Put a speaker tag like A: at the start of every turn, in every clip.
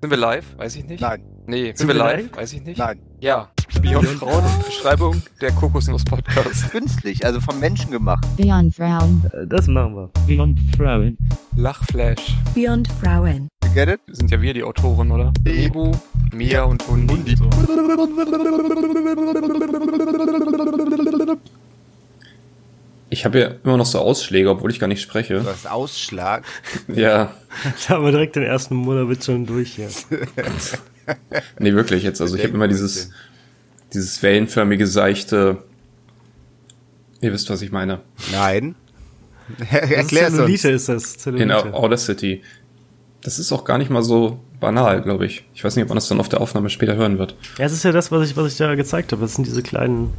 A: Sind wir live? Weiß ich nicht.
B: Nein,
A: Nee, sind,
C: Sind
A: wir
C: wir
A: live?
C: live?
A: Weiß ich nicht.
B: nein.
A: Ja. Beyond Frauen und Beschreibung der Kokosnuss-Podcast.
B: Künstlich, also vom Menschen gemacht.
D: Beyond Frauen.
C: Äh, Das machen wir.
E: Beyond Frauen.
A: Lachflash.
F: Beyond Frauen.
B: You get it?
A: Wir sind ja wir die Autoren, oder?
B: Nee.
A: Nebu, Mia und Hundi. So.
G: Ich habe ja immer noch so Ausschläge, obwohl ich gar nicht spreche.
B: Du hast Ausschlag.
G: Ja,
C: Da haben wir direkt den ersten Monowitz schon durch hier.
G: nee, wirklich jetzt. Also ich habe immer dieses, dieses wellenförmige, seichte... Ihr wisst, was ich meine.
B: Nein.
C: Das ist
B: Erklär's uns.
C: Zellulite ist das.
G: In
C: Zellulite.
G: Audacity. Das ist auch gar nicht mal so banal, glaube ich. Ich weiß nicht, ob man das dann auf der Aufnahme später hören wird.
C: Ja, es ist ja das, was ich, was ich da gezeigt habe. Das sind diese kleinen.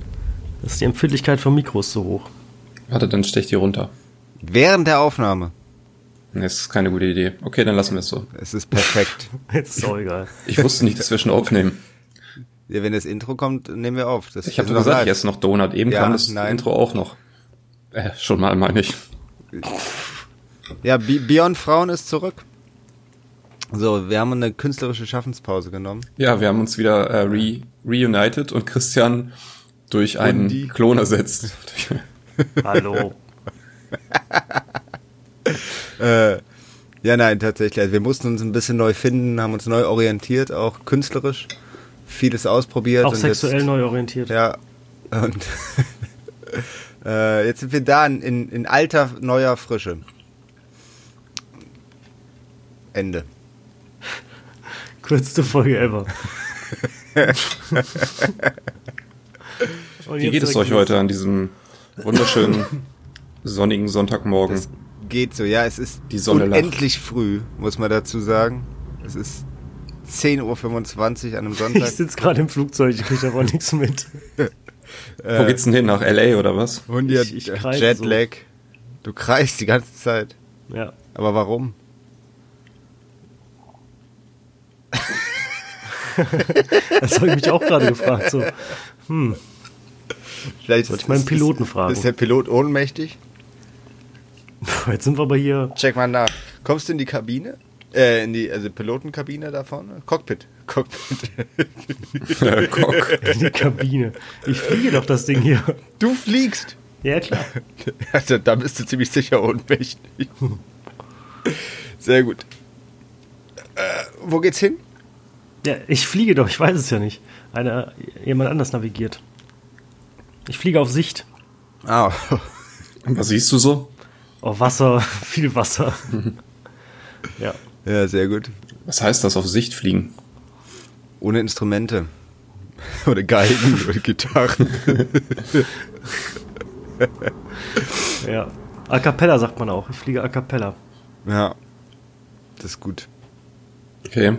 C: Das ist die Empfindlichkeit von Mikros so hoch.
G: Warte, dann stech die runter.
B: Während der Aufnahme.
G: Nee, das ist keine gute Idee. Okay, dann lassen wir es so.
B: Es ist perfekt.
C: Jetzt ist auch egal.
G: Ich wusste nicht, dass wir schon aufnehmen.
B: ja, wenn das Intro kommt, nehmen wir auf. Das
G: Ich habe
B: wir
G: doch
B: sind
G: gesagt,
B: noch
G: ich esse noch Donut. Eben
B: Also Ja,
G: kam das
B: nein.
G: Intro auch noch. Äh, schon mal, meine ich.
B: live. Ja, Be- Beyond Frauen ist zurück. So, wir haben eine künstlerische Schaffenspause genommen.
G: Ja, wir haben uns wieder äh, re reunited und Christian durch einen
B: die-
G: Klon ersetzt.
C: Hallo.
B: Äh, ja, nein, tatsächlich. Also wir mussten uns ein bisschen neu finden, haben uns neu orientiert, auch künstlerisch. Vieles ausprobiert.
C: Auch
B: und
C: sexuell
B: jetzt,
C: neu orientiert.
B: Ja, und äh, jetzt sind wir da in, in, in alter, neuer Frische. Ende.
C: Kürzeste Folge ever. Und
G: Wie
C: jetzt
G: geht es
C: direkt
G: euch
C: los.
G: heute an diesem wunderschönen sonnigen Sonntagmorgen?
B: Geht so, ja, es ist
G: Hm. Die Sonne lacht.
B: unendlich früh, muss man dazu sagen. Es ist 10.25 Uhr an einem
C: Ich
B: Sonntag.
C: sitze gerade im Flugzeug, ich kriege davon nichts mit.
G: Wo geht's denn hin? Nach L.A. oder was?
B: Und ihr
C: Ich- ich kreise
B: Jetlag. Du kreist die ganze Zeit.
C: Ja.
B: Aber warum?
C: Das habe ich mich auch gerade gefragt. So. Hm,
B: Vielleicht
C: Sollte
B: ist-
C: ich mal einen
B: ist-
C: Piloten
B: ist,
C: fragen.
B: Ist der Pilot ohnmächtig?
C: Puh, Jetzt sind wir aber hier.
B: Check mal nach. Kommst du in die Kabine? Äh, in die, also Pilotenkabine da vorne? Cockpit. Cockpit.
G: Äh, Cock.
C: In die Kabine. Ich fliege doch das Ding hier.
B: Du fliegst!
C: Ja, klar.
B: Also, da bist du ziemlich sicher ohnmächtig. Sehr gut. Äh, wo geht's hin?
C: Ja, ich fliege doch, ich weiß es ja nicht. Einer, jemand anders navigiert. Ich fliege auf Sicht.
B: Ah,
G: Was siehst du so?
C: Auf Wasser, viel Wasser. ja.
B: ja, sehr gut.
G: Was heißt das auf Sicht fliegen?
B: Ohne Instrumente. Oder Geigen oder Gitarren.
C: Ja. A cappella sagt man auch. Ich fliege a cappella.
B: Ja. Das ist gut.
G: Okay.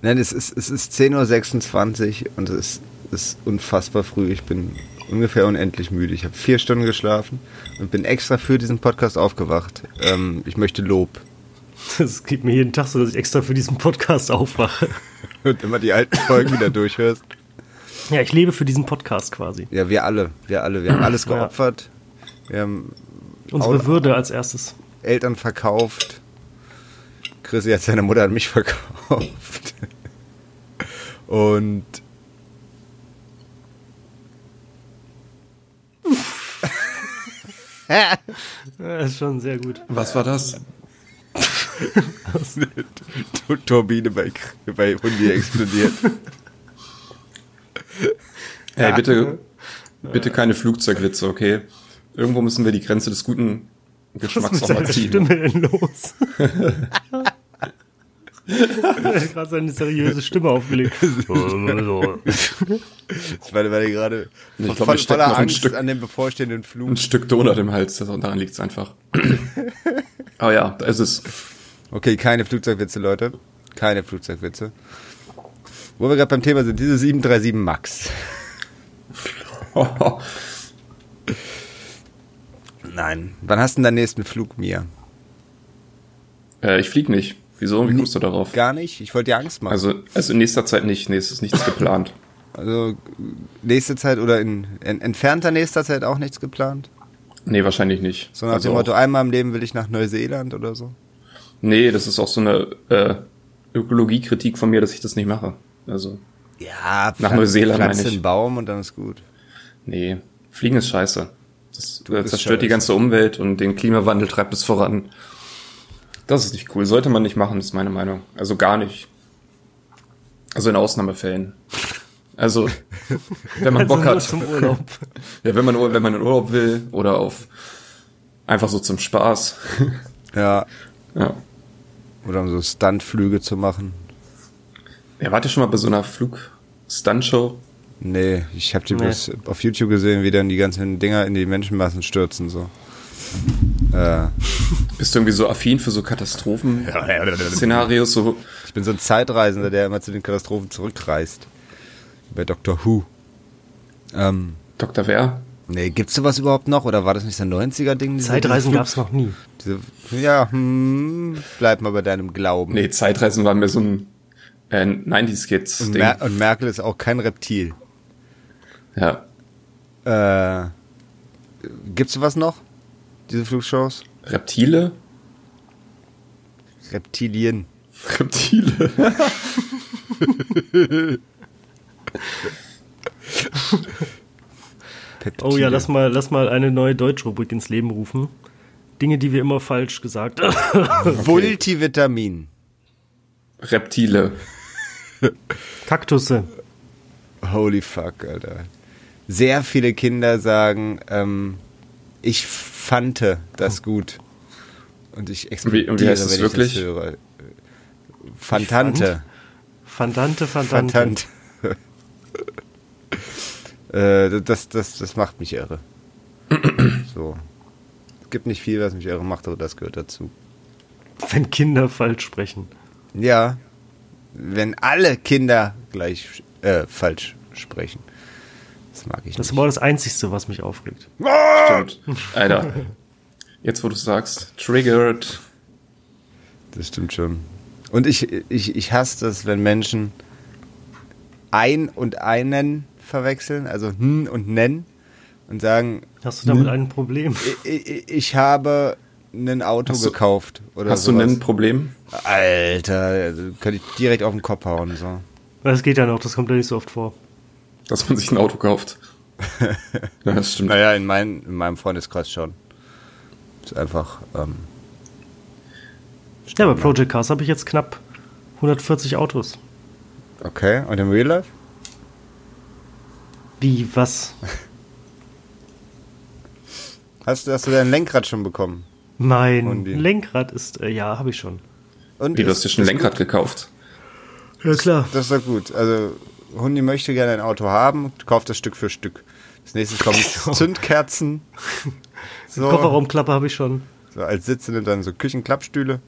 B: Nein, es ist, es ist 10.26 Uhr und es ist unfassbar früh. Ich bin ungefähr unendlich müde. Ich habe vier Stunden geschlafen und bin extra für diesen Podcast aufgewacht. Ähm, ich möchte Lob.
C: Das geht mir jeden Tag so, dass ich extra für diesen Podcast aufwache.
B: Und immer die alten Folgen wieder durchhörst.
C: Ja, ich lebe für diesen Podcast quasi.
B: Ja, wir alle. Wir alle. Wir haben alles
C: Ja.
B: geopfert. Wir haben
C: Unsere
B: Au-
C: Würde als erstes.
B: Eltern verkauft. Chrissy hat seine Mutter an mich verkauft. Und.
C: Ja, ist schon sehr gut.
G: Was war das?
B: Tur- Turbine bei, bei Hundi explodiert.
G: Hey, bitte, bitte keine Flugzeugwitze, okay? Irgendwo müssen wir die Grenze des guten
C: Was
G: Geschmacks
C: ist mit
G: auch mal
C: seiner
G: ziehen.
C: Stimme denn los? er hat gerade seine seriöse Stimme aufgelegt.
B: Ich meine, weil er gerade
G: Ich
B: voll-
G: glaub, mir steckt
B: voller
G: noch ein
B: Angst
G: Stück-
B: an dem bevorstehenden
G: Ein
B: Flug.
G: Stück Donut im Hals, das- daran liegt's einfach. Aber ja, da ist es.
B: Okay, keine Flugzeugwitze, Leute. Keine Flugzeugwitze. Wo wir gerade beim Thema sind, diese 737 Max. Nein. Wann hast du denn deinen nächsten Flug, Mia?
G: Äh, ich flieg nicht. Wieso? Wie kommst du darauf?
B: Gar nicht? Ich wollte dir Angst machen. Also,
G: Also, also in nächster Zeit nicht. Nee, es ist nichts geplant.
B: Also, nächste Zeit oder in, in entfernter nächster Zeit auch nichts geplant?
G: Nee, wahrscheinlich nicht.
B: So nach
G: also
B: dem Motto,
G: auch,
B: einmal im Leben will ich nach Neuseeland oder so?
G: nee, das ist auch so eine äh, Ökologiekritik von mir, dass ich das nicht mache. Also,
B: Ja,
G: Nach Neuseeland meine
B: pflanzt
G: ich.
B: den Baum und dann ist gut.
G: nee, Fliegen ist scheiße. Das äh,
B: bist
G: zerstört die
B: scheiße.
G: ganze Umwelt und den Klimawandel treibt es voran. Das ist nicht cool. Sollte man nicht machen, ist meine Meinung. Also gar nicht. Also in Ausnahmefällen. Also, wenn man
C: Also
G: Bock
C: nur
G: hat.
C: zum Urlaub.
G: Ja, wenn man, Ur- wenn man in Urlaub will oder auf einfach so zum Spaß.
B: Ja.
G: Ja.
B: Oder um so Stuntflüge zu machen.
G: Ja, wart ihr schon mal bei so einer Flug-Stunt-Show?
B: Nee, ich habe die
C: Nee.
B: bloß auf YouTube gesehen, wie dann die ganzen Dinger in die Menschenmassen stürzen. So. Äh,
G: Bist du irgendwie so affin für so Katastrophen-Szenarios? So,
B: ich bin so ein Zeitreisender, der immer zu den Katastrophen zurückreist. Wie Bei Doctor Who. Ähm,
G: Dr. Wer?
B: nee, gibt's sowas überhaupt noch? Oder war das nicht so ein 90er-Ding? diese-
C: Zeitreisen
B: diese-
C: gab es noch nie.
B: Diese, ja, hm, bleib mal bei deinem Glauben.
G: Nee, Zeitreisen war mir so ein äh, 90s-Kids-Ding.
B: und, Mer und Merkel ist auch kein Reptil.
G: Ja.
B: Äh, gibt's sowas noch? Diese Flugshows?
G: Reptile?
B: Reptilien.
G: Reptile.
C: Oh ja,
B: Reptilien.
C: lass mal, lass mal eine neue Deutschrubrik ins Leben rufen. Dinge, die wir immer falsch gesagt haben.
B: Multivitamin.
G: Reptile.
C: Kaktusse.
B: Holy fuck, Alter. Sehr viele Kinder sagen, ähm, ich fand das gut. Und ich explodiere,
G: Oh. und wie heißt es
B: wenn ich
G: wirklich?
B: das höre. Fantante.
C: Fandante, Fandante.
B: Fantante. äh, das, das, das macht mich irre. so. Es gibt nicht viel, was mich irre macht, aber das gehört dazu.
C: Wenn Kinder falsch sprechen.
B: Ja, wenn alle Kinder gleich äh, falsch sprechen. Das mag ich
C: Das
B: nicht.
C: war das Einzigste, was mich aufregt.
G: Stimmt. Alter. Jetzt, wo du sagst, triggered.
B: Das stimmt schon. Und ich, ich, ich hasse das, wenn Menschen ein und einen verwechseln, also hm und nennen und sagen,
C: Hast du damit ein Problem?
B: ich, ich, ich habe ein Auto
G: Hast du-
B: gekauft oder
G: Hast du
B: sowas.
G: ein Problem?
B: Alter, also, könnte ich direkt auf den Kopf hauen. So.
C: Das geht ja noch, das kommt ja nicht so oft vor.
G: Dass man sich ein Auto kauft. Ja, das stimmt.
B: Naja, in, mein, in meinem Freundeskreis schon. Ist einfach. Ähm,
C: Ja, bei Project Cars habe ich jetzt knapp 140 Autos.
B: okay, und im Real Life?
C: Wie, was?
B: Hast, du- hast du dein Lenkrad schon bekommen?
C: Mein
B: Hundi.
C: Lenkrad ist, äh, ja, habe ich schon.
B: Und
G: Wie, du
B: ist-
G: hast dir schon ein Lenkrad gekauft.
C: Ja, klar.
B: Das ist doch gut. Also, Hundi möchte gerne ein Auto haben, kauft das Stück für Stück. Das nächste kommt Zündkerzen. So,
C: Kofferraumklappe habe ich schon.
B: so als Sitze nimmt dann so Küchenklappstühle.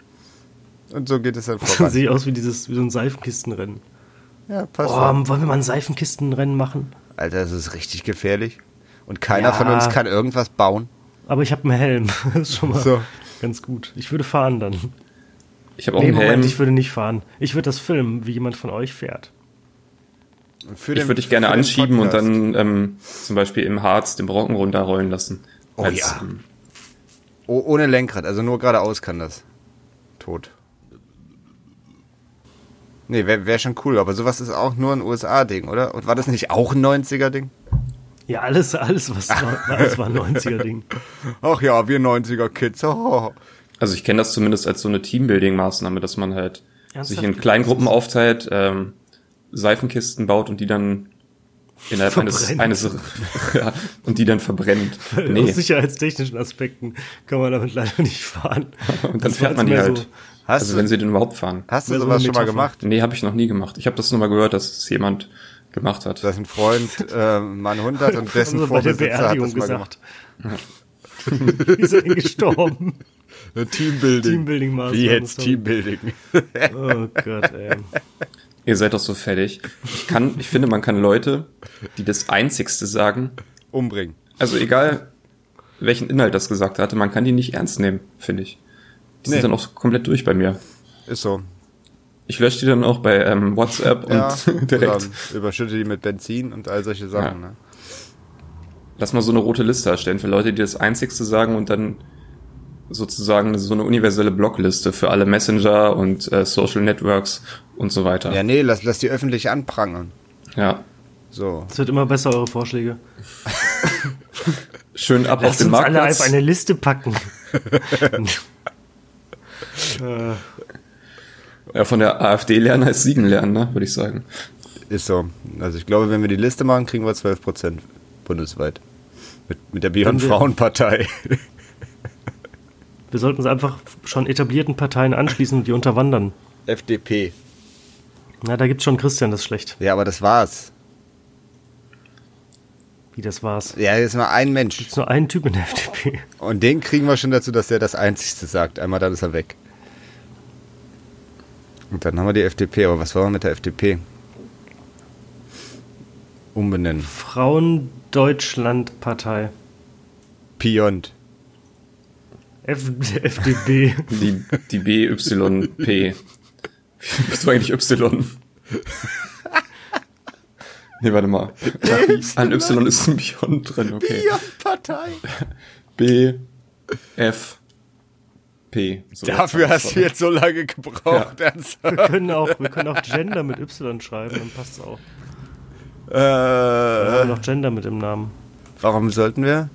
B: Und so geht es dann
C: Dann
B: voran.
C: sehe ich aus wie, dieses, wie so ein Seifenkistenrennen.
B: Ja,
C: Oh,
B: passt. schon.
C: wollen wir mal ein Seifenkistenrennen machen?
B: Alter, das ist richtig gefährlich. Und keiner
C: Ja.
B: von uns kann irgendwas bauen.
C: Aber ich habe einen Helm. Das ist schon mal
B: So.
C: ganz gut. Ich würde fahren dann.
G: Ich habe auch
C: nee,
G: einen Helm.
C: Moment, ich würde nicht fahren. Ich würde das filmen, wie jemand von euch fährt.
B: Und Für
G: Ich
B: den-
G: würde dich gerne
B: für den
G: anschieben und
B: Podcast.
G: dann ähm, zum Beispiel im Harz den Brocken runterrollen lassen.
B: Oh ja.
G: ähm,
B: Oh, ohne Lenkrad, also nur geradeaus kann das. Tot. Nee, wäre wär schon cool, aber sowas ist auch nur ein USA-Ding, oder? Und war das nicht auch ein 90er-Ding?
C: Ja, alles, alles, was war, alles war ein 90er-Ding.
B: Ach ja, wir 90er-Kids. Oh.
G: also ich kenne das zumindest als so eine Teambuilding-Maßnahme, dass man halt
C: Ernsthaft?
G: sich in Kleingruppen aufteilt, ähm, Seifenkisten baut und die dann innerhalb eines,
C: Verbrennt.
G: eines ja, und die dann verbrennt. Nee,
C: Aus sicherheitstechnischen Aspekten kann man damit leider nicht fahren.
G: und
C: Das
G: dann
C: war
G: fährt
C: jetzt
G: man die
C: mehr
G: halt.
C: so-
B: Hast
G: also
B: du-
G: wenn sie denn überhaupt fahren.
B: Hast du
C: Wär so
B: sowas
C: eine
B: schon mal
C: Metapher.
B: gemacht?
G: Nee, habe ich noch nie gemacht. Ich habe das nur mal gehört, dass es jemand gemacht hat.
B: Dass ein Freund äh, mal einen Hund hat und
C: Haben
B: dessen
C: sie bei der
B: Vorbesitzer hat
C: Beerdigung
B: das mal gemacht.
C: gesagt. Die sind gestorben.
B: Teambuilding.
C: Teambuilding-Maßnahmen,
B: Wie jetzt
C: sorry.
B: Teambuilding.
C: Oh Gott, ey.
G: Ihr seid doch so fertig. Ich kann, ich finde, man kann Leute, die das Einzigste sagen,
B: Umbringen.
G: Also egal, welchen Inhalt das gesagt hatte, man kann die nicht ernst nehmen, finde ich. Die
B: Nee.
G: sind dann auch komplett durch bei mir.
B: Ist so.
G: Ich lösche die dann auch bei ähm, WhatsApp
B: Ja.
G: und direkt.
B: Oder Überschütte die mit Benzin und all solche Sachen.
G: Ja.
B: Ne?
G: Lass mal so eine rote Liste erstellen für Leute, die das Einzigste sagen und dann sozusagen so eine universelle Blockliste für alle Messenger und äh, Social Networks und so weiter.
B: Ja, nee, lass, lass die öffentlich anprangern.
G: Ja.
B: So.
C: Es wird immer besser, eure Vorschläge.
G: Schön ab auf
C: Lasst
G: den
C: uns alle
G: Marktplatz.
C: auf eine Liste packen. äh,
G: ja, von der AfD lernen heißt Siegen lernen, ne? würde ich sagen.
B: Ist so. Also ich glaube, wenn wir die Liste machen, kriegen wir 12 Prozent bundesweit. Mit, mit der Beyond
C: Wenn wir-
B: Frauenpartei.
C: wir sollten uns einfach schon etablierten Parteien anschließen und die unterwandern.
B: FDP.
C: Na, da gibt's schon Christian, das ist schlecht.
B: Ja, aber das war's.
C: Wie das war's.
B: Ja, jetzt mal ein Mensch.
C: Ist nur ein Typ in der FDP.
B: Und den kriegen wir schon dazu, dass der das Einzigste sagt. Einmal dann ist er weg. Und dann haben wir die FDP. Aber was wollen wir mit der FDP? Umbenennen.
C: Frauen-Deutschland-Partei.
B: Piont.
C: F FDB.
G: Die, die BYP. Bist du eigentlich Y? Nee, warte mal. Ein Y ist ein Bion drin, okay.
B: Partei.
G: B, F, P. So,
B: Dafür
G: jetzt
B: hast du jetzt so lange gebraucht.
C: Wir
B: ernsthaft.
C: können auch, wir können auch Gender mit Y schreiben, dann passt's auch. Wir haben
B: Äh,
C: noch Gender mit im Namen.
B: warum sollten wir?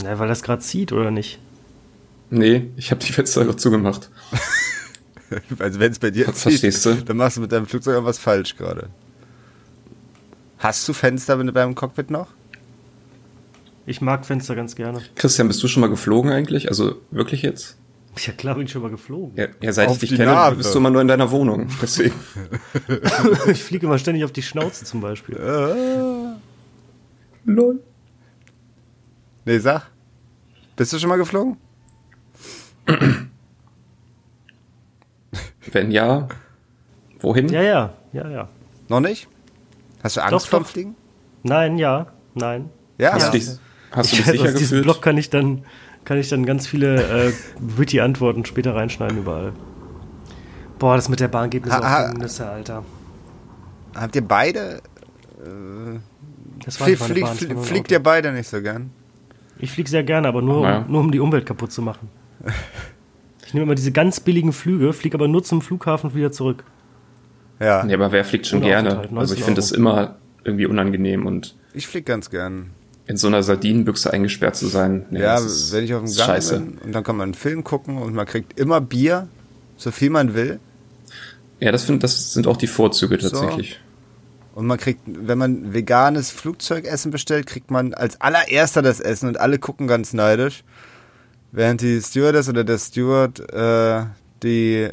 C: Na, weil das gerade zieht, oder nicht?
G: Nee, ich habe die Fenster gerade zugemacht.
B: Also wenn es bei dir
G: Das
B: zieht,
G: verstehst du.
B: dann machst du mit deinem Flugzeug irgendwas falsch gerade. Hast du Fenster mit deinem Cockpit noch?
C: Ich mag Fenster ganz gerne.
G: Christian, bist du schon mal geflogen eigentlich? Also wirklich jetzt?
C: Ja klar, bin ich schon mal geflogen.
G: Ja, ja seit
B: Auf
G: ich dich
B: die
G: kenne,
B: Nase.
G: bist du immer nur in deiner Wohnung. Deswegen.
C: Ich fliege immer ständig auf die Schnauze zum Beispiel.
G: Lol.
B: Nee, sag. Bist du schon mal geflogen?
G: Wenn ja, wohin?
C: Ja, ja, ja, ja.
B: Noch nicht? Hast du Angst
C: Doch,
B: vorm
C: doch.
B: Fliegen?
C: Nein, ja, nein.
B: Ja.
G: Hast
B: ja.
G: du dich, hast du
C: ich
G: dich
C: weiß,
G: sicher
C: aus diesem
G: gefühlt?
C: Blog kann ich dann, kann ich dann ganz viele äh, witty Antworten später reinschneiden überall. Boah, das mit der Bahn geht mir so
B: Ha- ha-
C: auf die Nüsse, Alter.
B: Habt ihr beide?
C: Das war
B: Flie
C: nicht meine
B: flie
C: Bahn, das war
B: flie
C: nur ein
B: fliegt
C: Auto.
B: ihr beide nicht so gern?
C: Ich fliege sehr gerne, aber nur,
G: Ja.
C: um, nur um die Umwelt kaputt zu machen. Ich nehme immer diese ganz billigen Flüge, fliege aber nur zum Flughafen und wieder zurück.
B: Ja.
G: Nee, aber wer fliegt schon
C: Ohne
G: gerne?
C: Aufenthalt, 19
G: Also ich finde
C: Euro.
G: es immer irgendwie unangenehm und
B: Ich flieg ganz gern.
G: in so einer Sardinenbüchse eingesperrt zu sein. Nee,
B: Ja,
G: das ist-
B: wenn ich auf dem
G: das ist
B: Gang
G: Scheiße.
B: bin und dann kann man einen Film gucken und man kriegt immer Bier, so viel man will.
G: Ja, das, find, das sind auch die Vorzüge tatsächlich.
B: Und man kriegt, wenn man veganes Flugzeugessen bestellt, kriegt man als allererster das Essen und alle gucken ganz neidisch. Während die Stewardess oder der Steward äh, die,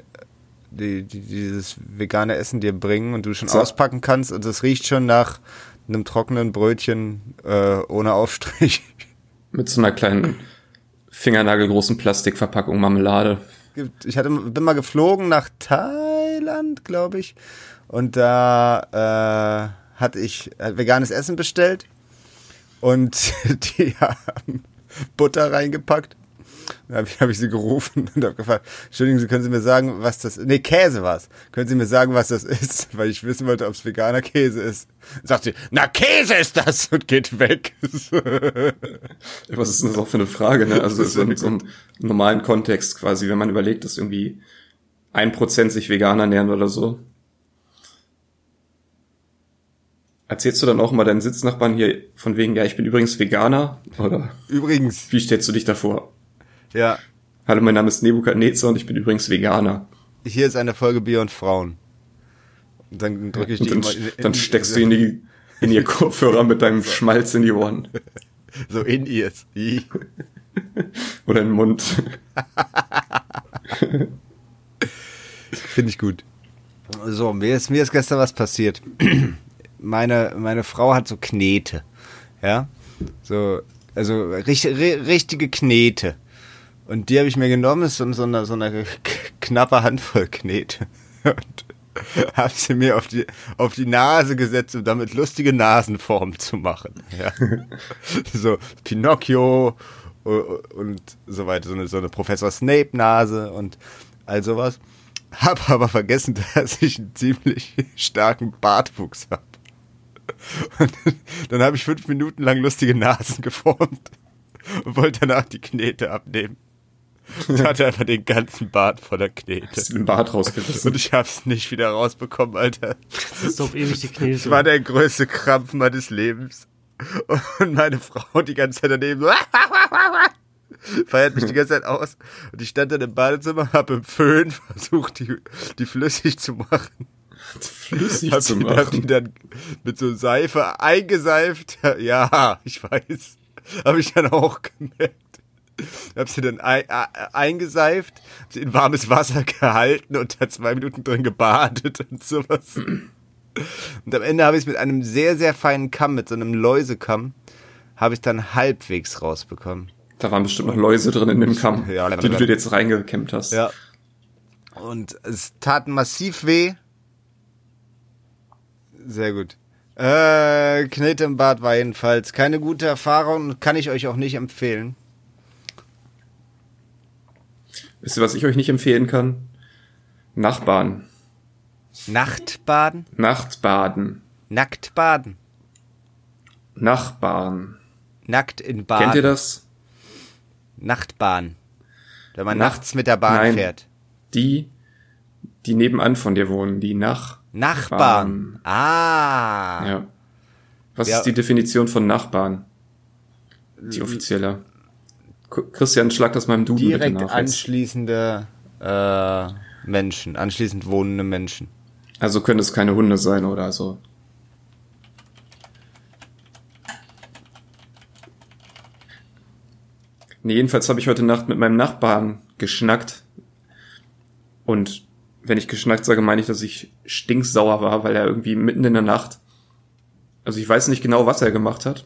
B: die, die dieses vegane Essen dir bringen und du schon
G: So.
B: auspacken kannst und es riecht schon nach einem trockenen Brötchen äh, ohne Aufstrich.
G: Mit so einer kleinen fingernagelgroßen Plastikverpackung Marmelade.
B: gibt. Ich hatte, bin mal geflogen nach Thailand, glaube ich. Und da äh, hatte ich äh, veganes Essen bestellt. Und die haben Butter reingepackt. Dann habe ich, hab ich sie gerufen und habe gefragt, Entschuldigung, Sie können Sie mir sagen, was das Nee, Käse war's. Können Sie mir sagen, was das ist? Weil ich wissen wollte, ob es veganer Käse ist. Dann sagt sie, na Käse ist das und geht weg.
G: Was ist denn das auch für eine Frage? Ne? Also so in so einem normalen Kontext quasi, wenn man überlegt, dass irgendwie ein Prozent sich vegan ernähren oder so. Erzählst du dann auch mal deinen Sitznachbarn hier von wegen, ja, ich bin übrigens Veganer? Oder
B: Übrigens,
G: wie stellst du dich davor?
B: ja,
G: Hallo, mein Name ist Nebukadnezar und ich bin übrigens Veganer.
B: hier ist eine Folge Bier und Frauen. Und dann drücke ich die
G: Und dann,
B: immer in- in-
G: dann steckst du in, die, in ihr Kopfhörer mit deinem Schmalz in die Ohren
B: So in ears. I.
G: oder in den Mund.
B: Finde ich gut. So, mir ist, mir ist gestern was passiert. Meine, meine Frau hat so Knete. Ja? So, also richt, ri, richtige Knete. Und die habe ich mir genommen, ist so, so, eine, so eine k- knappe Handvoll Knete. Und habe sie mir auf die, auf die Nase gesetzt, um damit lustige Nasenformen zu machen. Ja. so Pinocchio u- und so weiter, so eine, so eine Professor Snape-Nase und all sowas. Hab aber vergessen, dass ich einen ziemlich starken Bartwuchs habe. Und dann habe ich fünf Minuten lang lustige Nasen geformt und wollte danach die Knete abnehmen. Ich hatte einfach den ganzen Bart voller Knete.
G: Ist im Bad
B: Und
G: rausgerissen.
B: ich hab's nicht wieder rausbekommen, Alter.
C: Das ist auf ewig die Knete.
B: Das war der größte Krampf meines Lebens. Und meine Frau die ganze Zeit daneben so, feiert mich die ganze Zeit aus. Und ich stand dann im Badezimmer, hab im Föhn versucht, die, die flüssig zu machen.
G: Flüssig
B: Hab
G: zu
B: die, hab die
G: machen.
B: dann mit so Seife eingeseift. Ja, ich weiß. Habe ich dann auch gemerkt. Hab sie dann ei- ei- eingeseift, hab sie in warmes Wasser gehalten und da zwei Minuten drin gebadet und sowas. Und am Ende habe ich es mit einem sehr, sehr feinen Kamm, mit so einem Läusekamm, habe ich dann halbwegs rausbekommen.
G: Da waren bestimmt noch Läuse drin in dem Kamm,
B: Ja,
G: die du dir jetzt reingekämmt hast.
B: Ja. Und es tat massiv weh. Sehr gut. Äh, Knete im Bad war jedenfalls keine gute Erfahrung und kann ich euch auch nicht empfehlen.
G: Wisst ihr, was ich euch nicht empfehlen kann? Nachbarn.
B: Nachtbaden?
G: Nachtbaden.
B: Nackt baden.
G: Nachbarn.
B: Nackt in Baden.
G: Kennt ihr das?
B: Nachtbahn. Wenn man
G: Nacht-
B: nachts mit der Bahn
G: Nein.
B: fährt.
G: Die, die nebenan von dir wohnen, die nach.
B: Nachbarn. Ah.
G: Ja. Was
B: Ja.
G: ist die Definition von Nachbarn? Die offizielle. K- Christian, schlag das mal im Duden
B: Direkt
G: bitte nach. jetzt.
B: anschließende äh, Menschen. Anschließend wohnende Menschen.
G: Also können es keine Hunde sein oder so. Nee, jedenfalls habe ich heute Nacht mit meinem Nachbarn geschnackt. Und wenn ich geschnackt sage, meine ich, dass ich stinksauer war, weil er irgendwie mitten in der Nacht, also ich weiß nicht genau, was er gemacht hat.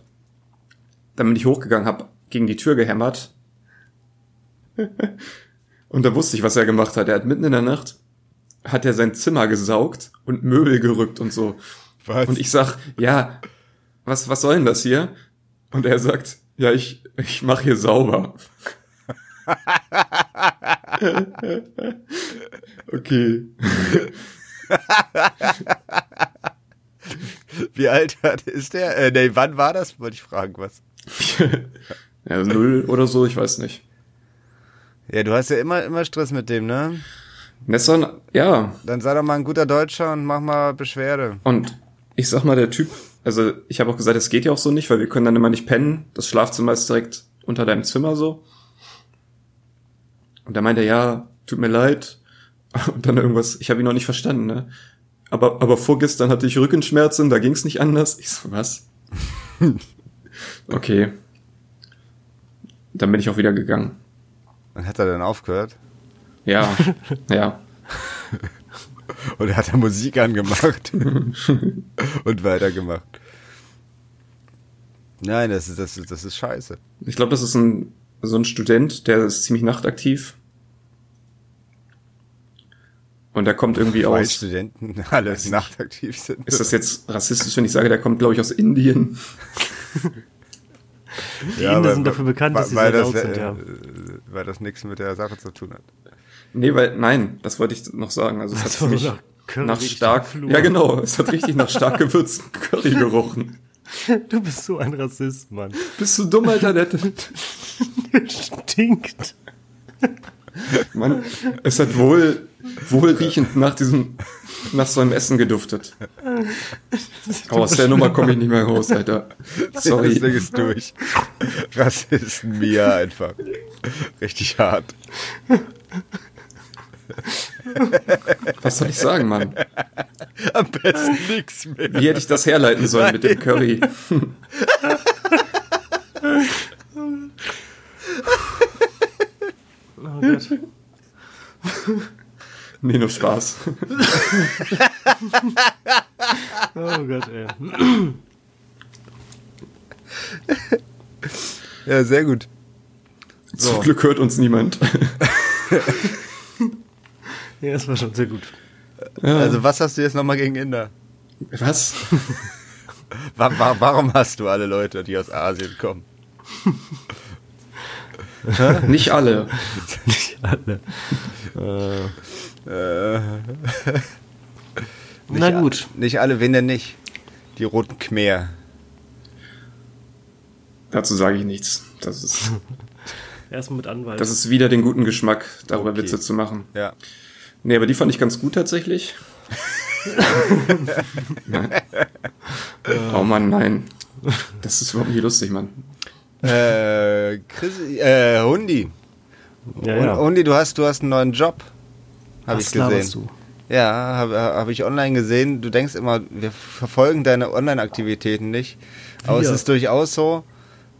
G: Dann bin ich hochgegangen, habe gegen die Tür gehämmert. Und da wusste ich, was er gemacht hat. Er hat mitten in der Nacht hat er sein Zimmer gesaugt und Möbel gerückt und so.
B: Was?
G: Und ich sag, ja, was, was soll denn das hier? Und er sagt, ja, ich, ich mache hier sauber. okay.
B: Wie alt hat- ist der? Äh, nee, wann war das? Wollte ich fragen, was?
G: ja, null oder so, ich weiß nicht.
B: Ja, du hast ja immer, immer Stress mit dem, ne?
G: Nesson, ja,
B: Dann sei doch mal ein guter Deutscher und mach mal Beschwerde.
G: Und ich sag mal, der Typ, also ich habe auch gesagt, das geht ja auch so nicht, weil wir können dann immer nicht pennen. Das Schlafzimmer ist direkt unter deinem Zimmer so. Und da meint er, ja, tut mir leid. Und dann irgendwas, ich habe ihn noch nicht verstanden, ne? Aber, aber vorgestern hatte ich Rückenschmerzen, da ging's nicht anders. Ich so, was? okay. Dann bin ich auch wieder gegangen.
B: Und hat er dann aufgehört?
G: Ja, ja.
B: Und hat er Musik angemacht? und weitergemacht. Nein, das ist, das ist, das ist scheiße.
G: Ich glaube, das ist ein, so ein Student, der ist ziemlich nachtaktiv. Und der kommt irgendwie
B: Weil
G: aus.
B: Studenten alle nachtaktiv sind.
G: Ist das jetzt rassistisch, wenn ich sage, der kommt, glaube ich, aus Indien?
C: Die Inder sind dafür bekannt, dass sie sehr laut sind, ja.
B: äh, Weil das nichts mit der Sache zu tun hat.
G: Nee, weil, nein, das wollte ich noch sagen. Also, es hat
C: Also,
G: ziemlich
C: nach Curry
G: nach
C: riecht
G: stark,
C: der Flur.
G: ja genau, es hat richtig nach stark gewürzten Curry gerochen.
C: Du bist so ein Rassist, Mann.
G: Bist du dumm, Alter? Der,
C: Stinkt.
G: Mann, es hat wohl, wohlriechend nach diesem, nach so einem Essen geduftet. Aber aus der Nummer komme ich nicht mehr raus, Alter.
B: Das Ding
G: Sorry.
B: ist durch. Rassisten Mia einfach. Richtig hart.
G: Was soll ich sagen, Mann?
B: Am besten nichts mehr.
G: Wie hätte ich das herleiten sollen mit dem Curry?
C: Oh Gott.
G: Nee, nur Spaß.
C: Oh Gott, ey.
B: Ja, sehr gut.
G: Zum Glück hört uns niemand.
C: Ja, das war schon sehr gut.
B: Also, was hast du jetzt nochmal gegen Inder?
G: Was?
B: Wa wa warum hast du alle Leute, die aus Asien kommen?
G: Nicht alle.
C: Nicht alle.
B: Äh,
C: Na gut.
B: nicht alle, wen denn nicht? Die roten Khmer.
G: Dazu sage ich nichts. Das ist.
C: Erstmal mit Anwalt.
G: Das ist wieder den guten Geschmack, darüber
B: Okay.
G: Witze zu machen.
B: Ja.
G: Nee, aber die fand ich ganz gut tatsächlich. nein. Oh Mann, nein. Das ist überhaupt nicht lustig, Mann.
B: Äh, Chris, äh, Hundi.
C: ja, ja.
B: Hun- Hundi, du hast, du hast einen neuen Job. Habe ich
C: Was laberst
B: gesehen. Ja, habe hab ich online gesehen. Du denkst immer, wir verfolgen deine Online-Aktivitäten nicht. Aber es
C: Wir.
B: ist durchaus so.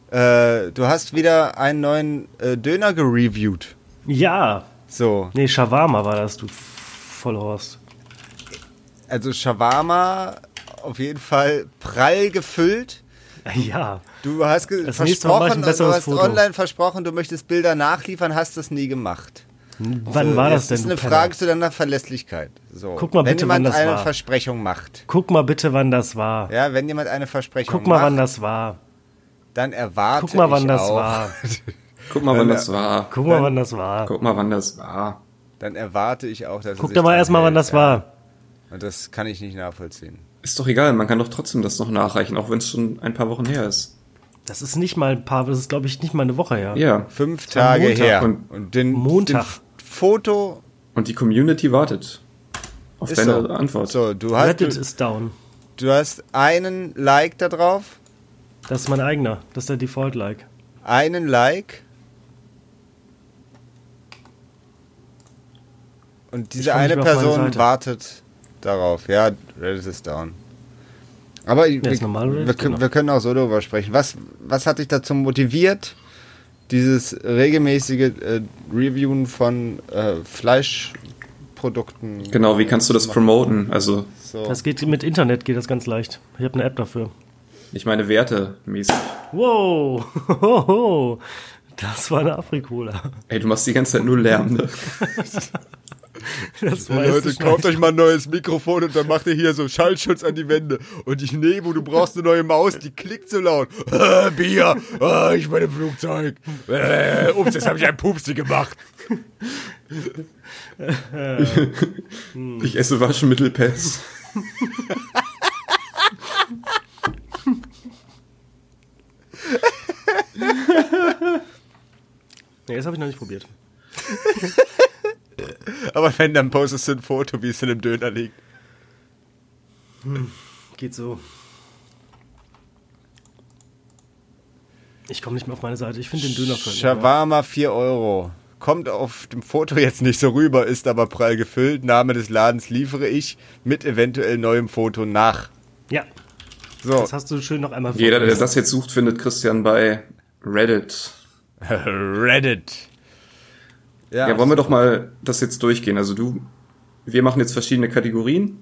B: Äh, du hast wieder einen neuen äh, Döner gereviewt.
C: Du? Ja.
B: So,
C: Nee, Shawarma war das, du Vollhorst.
B: also Shawarma auf jeden Fall prall gefüllt.
C: Ja.
B: Du hast ge-
C: Das nächste Mal mach
B: versprochen,
C: ich ein
B: du hast
C: besseres Foto.
B: online versprochen, du möchtest Bilder nachliefern, hast das nie gemacht.
C: Wann war das denn?
B: Das ist
C: du
B: eine
C: Penner?
B: Frage zu deiner Verlässlichkeit. So.
C: Guck mal
B: wenn
C: bitte,
B: jemand
C: wann das
B: eine
C: war.
B: Versprechung macht,
C: Guck mal bitte, wann das war.
B: ja, wenn jemand eine Versprechung
C: Guck mal,
B: macht,
C: wann das war.
B: dann erwarte
C: Guck mal,
B: ich
C: wann das
B: auch,
C: war.
G: Guck mal, wann das war.
C: Guck mal, wann das war.
G: Guck mal, wann das war.
B: Dann erwarte ich auch, dass er
C: Guck
B: sich
C: doch mal
B: dran
C: erstmal, wann
B: hält,
C: das
B: ja.
C: war.
B: Und das kann ich nicht nachvollziehen.
G: Ist doch egal, man kann doch trotzdem das noch nachreichen, auch wenn es schon ein paar Wochen her ist.
C: Das ist nicht mal ein paar, das ist, glaube ich, nicht mal eine Woche her.
G: Ja.
B: Fünf
G: war
B: Tage
G: Montag
B: her.
G: und-
B: den,
C: Montag.
B: den Foto
G: Und die Community wartet auf
B: ist
G: deine
B: so.
G: Antwort.
B: So, du hast,
C: Reddit
B: du,
C: ist down.
B: du hast einen Like da drauf,
C: Das ist mein eigener. Das ist der Default-Like.
B: einen Like. Und diese
C: komm nicht
B: eine
C: mehr auf meine
B: Person
C: Seite.
B: wartet darauf. Ja, Reddit ist down. Aber ich-
C: Ja, ist
B: wir,
C: normal, Reddit
B: wir,
C: ist down.
B: können, wir können auch so darüber sprechen. Was, was hat dich dazu motiviert, dieses regelmäßige äh, Reviewen von äh, Fleischprodukten?
G: Genau, wie kannst du das promoten? Also,
B: So.
C: Das geht mit Internet, geht das ganz leicht. Ich habe eine App dafür.
G: ich meine, Werte mäßig.
C: Wow. Hohoho. Das war eine Afrikola.
G: Ey, du machst die ganze Zeit nur Lärm, ne?
C: Das
B: Ja,
C: weißt du
B: Leute,
C: schon.
B: kauft euch mal ein neues Mikrofon und dann macht ihr hier so Schallschutz an die Wände. Und ich Nebo, du brauchst eine neue Maus, die klickt so laut. Äh, Bier, äh, ich bin im Flugzeug. Äh, ups, jetzt habe ich einen Pupsi gemacht. Hm.
G: Ich esse Waschmittelpads.
C: Nee, das habe ich noch nicht probiert.
B: Aber wenn, dann postest du ein Foto, wie es in dem Döner liegt.
C: Geht so. Ich komme nicht mehr auf meine Seite. Ich finde den Döner völlig.
B: Shawarma 4 Euro. Kommt auf dem Foto jetzt nicht so rüber, ist aber prall gefüllt. Name des Ladens liefere ich mit eventuell neuem Foto nach.
C: Ja,
B: So.
C: das hast du schön noch einmal
G: Jeder, der
C: vorgelesen.
G: das jetzt sucht, findet Christian bei Reddit.
B: Reddit.
G: Ja, wollen wir doch mal das jetzt durchgehen. Also du, wir machen jetzt verschiedene Kategorien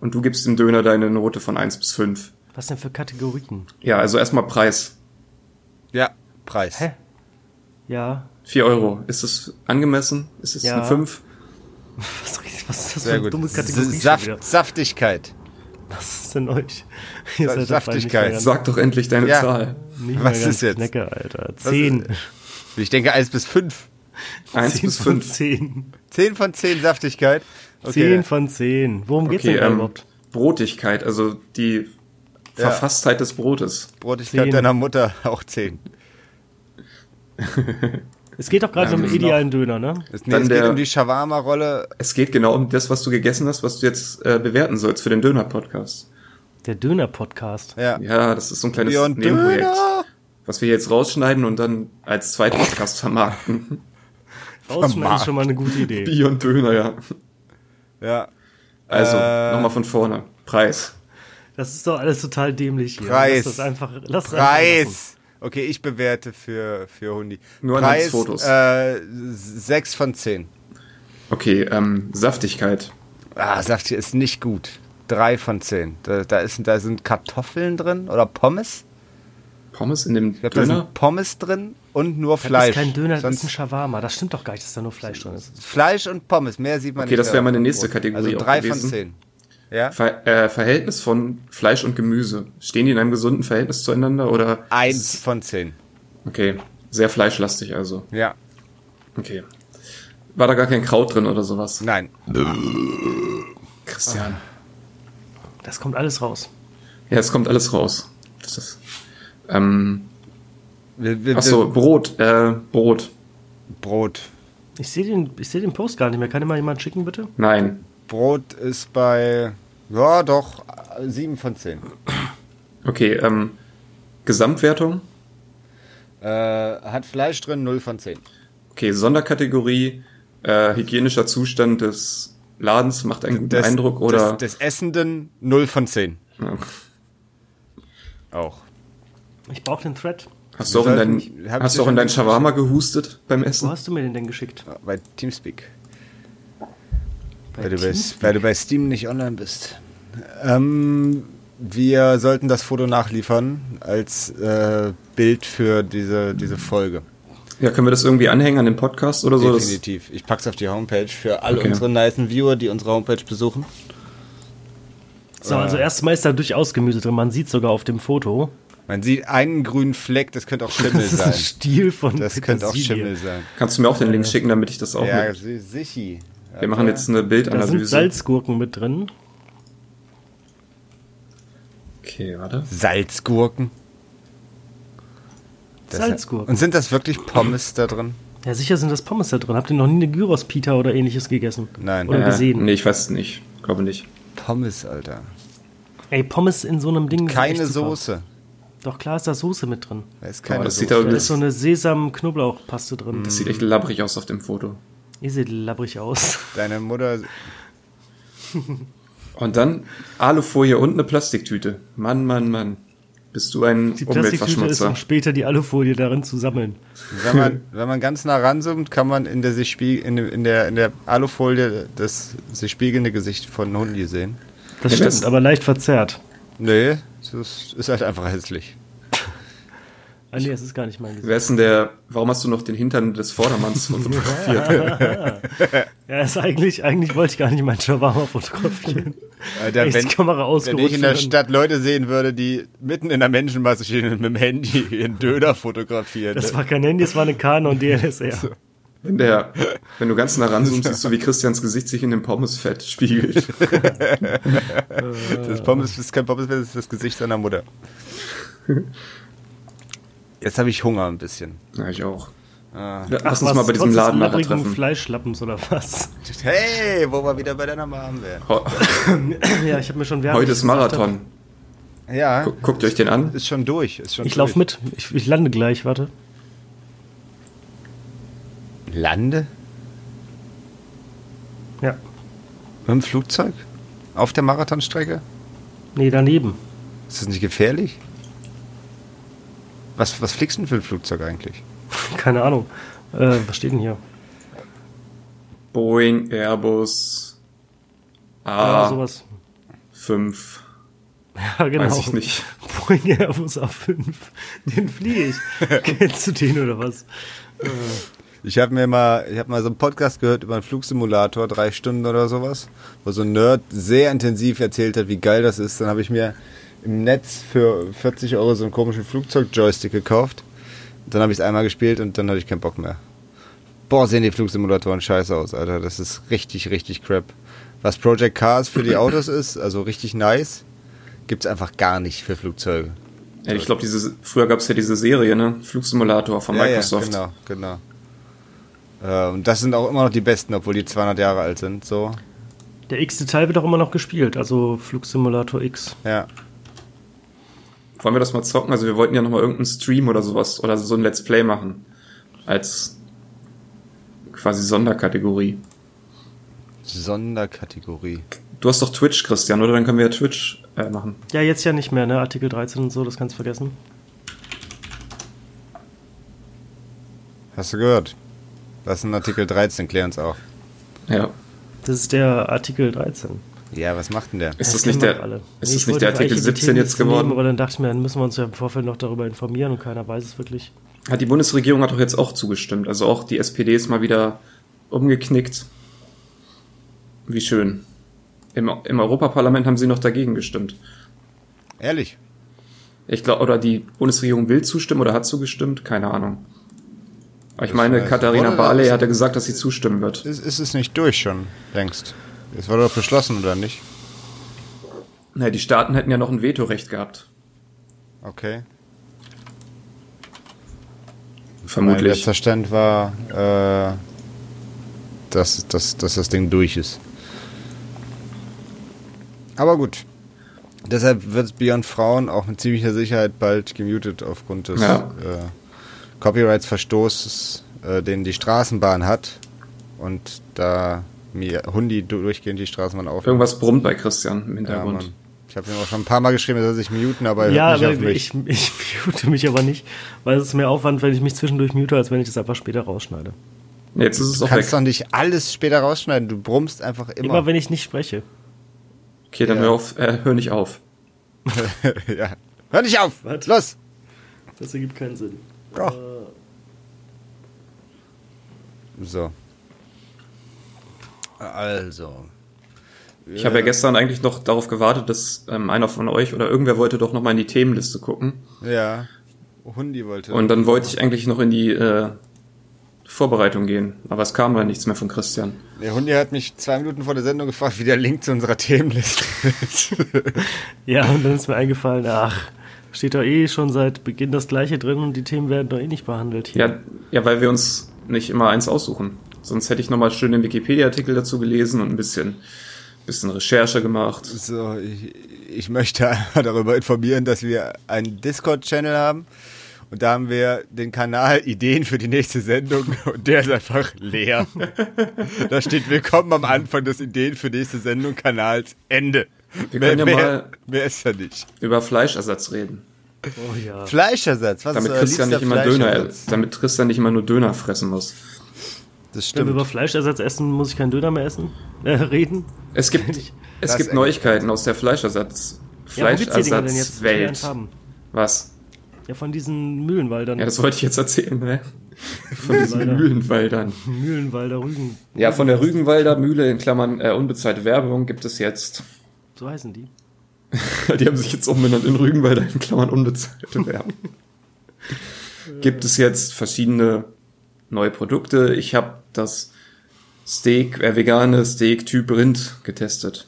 G: und du gibst dem Döner deine Note von 1 bis 5.
C: Was denn für Kategorien?
G: Ja, also erstmal Preis.
B: ja, Preis.
C: Hä? Ja.
G: 4 Euro. Ist es angemessen? Ist es
C: Ja.
G: eine 5?
C: Was, was ist das für
B: Sehr
C: eine
B: gut.
C: dumme Kategorie? schon wieder?
B: Saft, Saftigkeit.
C: Was ist denn euch? Ihr seid
B: Saftigkeit.
C: dabei nicht mehr-
G: Sag doch endlich deine
B: Ja.
G: Zahl.
C: nicht mehr
B: Was
C: ganz
B: ist jetzt?
C: Knecke, Alter. Zehn.
B: Ich denke 1 bis 5.
G: 1
C: Zehn
G: bis
C: von
G: 5.
C: zehn.
B: 10 von 10 Saftigkeit.
C: Zehn von zehn. Worum geht's
G: Okay,
C: denn da
G: ähm,
C: überhaupt?
G: Brotigkeit, also die
B: Ja.
G: Verfasstheit des Brotes.
B: Brotigkeit
C: Zehn.
B: deiner Mutter auch 10.
C: Es geht doch gerade
G: ähm,
C: um den idealen Döner, ne?
B: Es,
G: Dann
B: es geht
G: der-
B: um die Shawarma-Rolle.
G: Es geht genau um das, was du gegessen hast, was du jetzt äh, bewerten sollst für den Döner-Podcast.
C: Der Döner-Podcast.
B: Ja.
G: Ja, das ist so ein kleines
B: Beyond
G: Nebenprojekt.
B: Döner.
G: Was wir jetzt rausschneiden und dann als Zweitpodcast vermarkten.
C: Ausschneiden
B: Vermarkt.
C: ist schon mal eine gute Idee.
G: Beyond Döner, ja.
B: ja.
G: Also,
B: Äh.
G: nochmal von vorne. Preis.
C: Das ist doch alles total dämlich hier.
B: Preis.
C: Lass das einfach, lass das einfach lassen.
B: Preis. Okay, ich bewerte für, für Hundi.
G: Nur anhand
B: Preis,
G: des Fotos.
B: Äh, 6 von 10.
G: Okay, ähm, Saftigkeit.
B: Ah, Saftigkeit ist nicht gut. 3 von 10. Da, da, ist, da sind Kartoffeln drin oder Pommes.
G: Pommes in dem
B: Ich glaube, da
G: Döner?
B: sind Pommes drin und nur
C: Das
B: Fleisch.
C: ist kein Döner, das
B: Sonst
C: ist ein Shawarma. Das stimmt doch gar nicht, dass da nur Fleisch drin ist.
B: Fleisch und Pommes, mehr sieht man
G: Okay,
B: nicht.
G: das wäre meine
B: auf dem
G: nächste
B: Brot.
G: Kategorie
B: Also
G: auch
B: 3 von
G: gewesen.
B: 10. Ja?
G: Ver äh, Verhältnis von Fleisch und Gemüse. Stehen die in einem gesunden Verhältnis zueinander oder?
B: Eins von zehn.
G: Okay, sehr fleischlastig also.
B: Ja.
G: Okay. War da gar kein Kraut drin oder sowas?
B: Nein.
G: Christian.
C: Das kommt alles raus.
G: Ja, es kommt alles raus. Das ist, ähm,
B: Wir, wir,
G: Ach so, Brot, äh, Brot.
B: wir- Brot.
C: Ich sehe den, ich seh den Post gar nicht mehr. Kann dir mal jemand schicken, bitte?
G: Nein.
B: Brot ist bei, ja doch, 7 von 10.
G: Okay, ähm, Gesamtwertung.
B: Äh, hat Fleisch drin, 0 von 10.
G: Okay, Sonderkategorie, äh, hygienischer Zustand des Ladens macht einen guten Eindruck oder
B: Des, des Essenden, 0 von 10.
G: Ja.
B: Auch.
C: Ich brauche den Thread.
G: hast du auch in
B: Wir
G: dein,
B: sollten- hab ich
G: hast
B: dir
G: du auch
B: schon
G: in dein
B: gesagt.
G: Shawarma gehustet beim
C: Wo
G: Essen?
C: hast du mir den denn geschickt?
B: Bei Teamspeak.
C: Bei
B: Weil du, bei,
C: Teams?
B: weil du bei Steam nicht online bist. Ähm, wir sollten das Foto nachliefern als äh, Bild für diese, diese Folge.
G: Ja, können wir das irgendwie anhängen an den Podcast oder so? Das,
B: Definitiv. Ich pack's auf die Homepage für alle
G: Okay.
B: unsere nicen Viewer, die unsere Homepage besuchen.
C: So,
B: Äh.
C: also erstmal ist da durchaus Gemüse drin. Man sieht sogar auf dem Foto.
B: Man sieht einen grünen Fleck, das könnte auch Schimmel
C: Das ist ein
B: sein.
C: Stiel von
B: Das könnte auch
C: Petersilie.
B: Schimmel sein.
G: kannst du mir auch den Link schicken, damit ich das auch
B: Äh, Ja,
G: mit.
B: si- sichi.
G: Wir machen jetzt eine
C: Da sind
G: Bildanalyse.
C: Salzgurken mit drin.
G: Okay, warte.
B: Salzgurken. Das-
C: Salzgurken.
B: Und sind das wirklich Pommes da drin?
C: Ja, sicher sind das Pommes da drin. Habt ihr noch nie eine Gyros-Pita oder ähnliches gegessen?
B: Nein.
C: Oder
G: Äh,
C: gesehen?
G: Nee, ich weiß es nicht. Glaube nicht.
B: Pommes, Alter.
C: Ey, Pommes in so einem Ding. sind
B: Keine
C: echt super.
B: Soße.
C: Doch klar ist da Soße mit drin.
B: Da ist keine
G: das
B: Soße.
G: sieht aber-
C: Da
G: Das-
C: ist so eine Sesam-Knoblauchpaste drin.
G: Das sieht echt labbrig aus auf dem Foto.
C: Ihr seht labbrig aus.
B: Deine Mutter.
G: Und dann Alufolie und eine Plastiktüte. Mann, Mann, Mann. Bist du ein
C: Die Plastiktüte ist, um
G: Umweltverschmutzer?
C: später die Alufolie darin zu sammeln.
B: Wenn man, wenn man ganz nah ranzoomt, kann man in der, sich spieg in, dem- in der, in der Alufolie das sich spiegelnde Gesicht von Hundi sehen.
C: Das
G: Ja,
C: stimmt,
G: das-
C: aber leicht verzerrt.
B: Nee, das ist halt einfach hässlich.
C: Ah, nee, es ist gar nicht mein Gesicht.
G: Wer ist denn der, warum hast du noch den Hintern des Vordermanns fotografiert?
C: Ja, ist eigentlich, eigentlich wollte ich gar nicht mein Shawarma fotografieren.
B: Alter,
C: Echt,
B: wenn,
C: die Kamera
B: wenn ich in der
C: ausgerutscht. und-
B: Stadt Leute sehen würde, die mitten in der Menschenmasse stehen und mit dem Handy ihren Döner fotografieren.
C: Das war kein Handy, das war eine Canon DLSR.
G: Wenn der, wenn du ganz nah ranzoomst, siehst du, wie Christians Gesicht sich in dem Pommesfett spiegelt.
B: Das Pommes das ist kein Pommes mehr, das ist das Gesicht seiner Mutter. Jetzt habe ich Hunger ein bisschen.
G: Ja, ich auch. Lass uns
C: Ah. Was,
G: mal bei diesem
C: trotz des
G: Laden nachher
C: labbrigen
G: treffen.
C: Fleischlappens oder was?
B: Hey, wo wir wieder bei deiner Mom wären.
G: Ho-
C: ja, ich habe mir schon Werbung
G: Heute ist Marathon.
B: Ja,
G: Gu- Guckt euch den an.
B: ist schon durch. Ist schon
C: Ich laufe mit. Ich, ich lande gleich, warte.
B: mit. Lande?
C: Ja.
B: Mit dem Flugzeug? Auf der Marathonstrecke?
C: Nee, daneben.
B: Ist das nicht gefährlich? Was, was fliegst du denn für ein Flugzeug eigentlich?
C: Keine Ahnung. Äh, was steht denn hier?
G: Boeing, Airbus,
C: Ah,
G: A5,
C: sowas. Ja, genau.
G: weiß ich nicht.
C: Boeing Airbus A5. Den fliege ich. Kennst du den oder was?
B: Ich habe mir mal, ich habe mal so einen Podcast gehört über einen Flugsimulator, drei Stunden oder sowas, wo so ein Nerd sehr intensiv erzählt hat, wie geil das ist. Dann habe ich mir im Netz für 40 Euro so einen komischen Flugzeug-Joystick gekauft. Dann habe ich es einmal gespielt und dann hatte ich keinen Bock mehr. Boah, sehen die Flugsimulatoren scheiße aus, Alter. Das ist richtig, richtig crap. Was Project Cars für die Autos ist, also richtig nice, gibt's einfach gar nicht für Flugzeuge.
G: Ja, ich glaube, diese, früher gab es ja diese Serie, ne? Flugsimulator von Microsoft.
B: Ja, genau, genau. Äh, und das sind auch immer noch die besten, obwohl die 200 Jahre alt sind. So,
C: Der x Teil wird auch immer noch gespielt, also Flugsimulator X.
B: ja.
G: Wollen wir das mal zocken? Also wir wollten ja nochmal irgendeinen Stream oder sowas oder so ein Let's Play machen. Als quasi Sonderkategorie.
B: Sonderkategorie.
G: Du hast doch Twitch, Christian, oder? Dann können wir ja Twitch äh, machen.
C: Ja, jetzt ja nicht mehr, ne? Artikel 13 und so, das kannst du vergessen.
B: Hast du gehört? Das ist ein Artikel 13, klär uns auf.
G: Ja.
C: Das ist der Artikel 13.
B: Ja, was macht denn der?
G: Ist das,
C: kennen
G: nicht
C: wir
G: der,
C: doch alle.
G: ist
C: Nee,
G: das
C: ich
G: nicht
C: wollte
G: der
C: eigentlich
G: Artikel
C: die
G: 17
C: Themen
G: jetzt
C: nehmen,
G: geworden?
C: Aber dann dachte ich mir, dann müssen wir uns ja im Vorfeld noch darüber informieren und keiner weiß es wirklich.
G: Hat die Bundesregierung hat doch jetzt auch zugestimmt. Also auch die SPD ist mal wieder umgeknickt. Wie schön. Im, im Europaparlament haben sie noch dagegen gestimmt.
B: Ehrlich?
G: Ich glaube, oder die Bundesregierung will zustimmen oder hat zugestimmt, keine Ahnung. Aber ich meine,
B: weiß-
G: Katharina
B: Wurde-
G: Barley hatte gesagt, dass sie zustimmen wird.
B: Ist, ist es nicht durch schon, denkst Es wurde doch beschlossen, oder nicht?
G: Naja, die Staaten hätten ja noch ein Vetorecht gehabt.
B: Okay. Mein
G: Vermutlich.
B: letzter Stand war, äh, dass, dass, dass das Ding durch ist. Aber gut. Deshalb wird Beyond Frauen auch mit ziemlicher Sicherheit bald gemutet aufgrund des
G: Ja.
B: äh, Copyrights-Verstoßes, äh, den die Straßenbahn hat. Und da mir Hundi du- durchgehend die Straßenbahn auf.
G: Irgendwas brummt bei Christian im
B: Ja,
G: Hintergrund.
B: Mann. ich habe ihm auch schon ein paar Mal geschrieben, dass er sich muten, aber
G: Äh,
B: er
C: ja,
B: hört nicht
C: aber
B: auf mich.
C: ich, ich mute mich aber nicht, weil es ist mehr Aufwand, wenn ich mich zwischendurch mute, als wenn ich das einfach später rausschneide.
G: Nee, Jetzt ist es
B: du
G: auch
B: kannst
G: weg.
B: doch nicht alles später rausschneiden. Du brummst einfach
C: Immer
B: immer.
C: wenn ich nicht spreche.
G: Okay, dann
B: Ja.
G: hör, auf, äh, hör nicht auf.
B: ja. Hör nicht auf!
C: Was?
B: Los!
C: Das ergibt keinen Sinn.
B: Doch. So. Also.
G: Ich habe ja gestern eigentlich noch darauf gewartet, dass ähm, einer von euch oder irgendwer wollte doch nochmal in die Themenliste gucken.
B: Ja. Hundi wollte.
G: Und dann wollte ich eigentlich noch in die äh, Vorbereitung gehen. Aber es kam dann nichts mehr von Christian.
B: der Hundi hat mich zwei Minuten vor der Sendung gefragt, wie der Link zu unserer Themenliste ist.
C: Ja, und dann ist mir eingefallen, ach, steht doch eh schon seit Beginn das Gleiche drin und die Themen werden doch eh nicht behandelt hier.
G: Ja, ja weil wir uns nicht immer eins aussuchen. Sonst hätte ich nochmal schön den Wikipedia-Artikel dazu gelesen und ein bisschen, bisschen Recherche gemacht.
B: so, ich, ich möchte einmal darüber informieren, dass wir einen Discord-Channel haben. Und da haben wir den Kanal Ideen für die nächste Sendung und der ist einfach leer. da steht Willkommen am Anfang des Ideen für nächste Sendung Kanals Ende.
G: Wir können ja
B: mehr,
G: mal-
B: mehr ist da nicht.
G: Über Fleischersatz reden.
C: Oh ja.
B: Fleischersatz. Was ist
G: Damit
B: euer
G: Christian
B: liebster
G: nicht immer Döner,
B: Fleischersatz?
G: damit Christian nicht immer nur Döner fressen muss.
B: Das
C: Wenn wir über
B: stimmt.
C: Fleischersatz essen, muss ich keinen Döner mehr essen? Äh, reden?
G: Es gibt, es
B: Das
G: gibt
B: ist
G: Neuigkeiten aus der Fleischersatz,
C: Ja, wo gibt's die Dinger denn jetzt? die wir
G: Fleischersatzwelt.
C: gelernt haben?
G: Was?
C: Ja, von diesen Mühlenwaldern.
G: Ja, das wollte ich jetzt erzählen, ne? Von diesen
C: Mühlenwalder.
G: Mühlenwaldern.
C: Mühlenwalder Rügen.
G: Ja, von der Rügenwalder Mühle in Klammern äh, unbezahlte Werbung gibt es jetzt.
C: So heißen die.
G: Die haben sich jetzt umbenannt in Rügenwalder in Klammern unbezahlte Werbung. gibt es jetzt verschiedene neue Produkte. Ich habe das Steak, äh, vegane Steak Typ Rind getestet.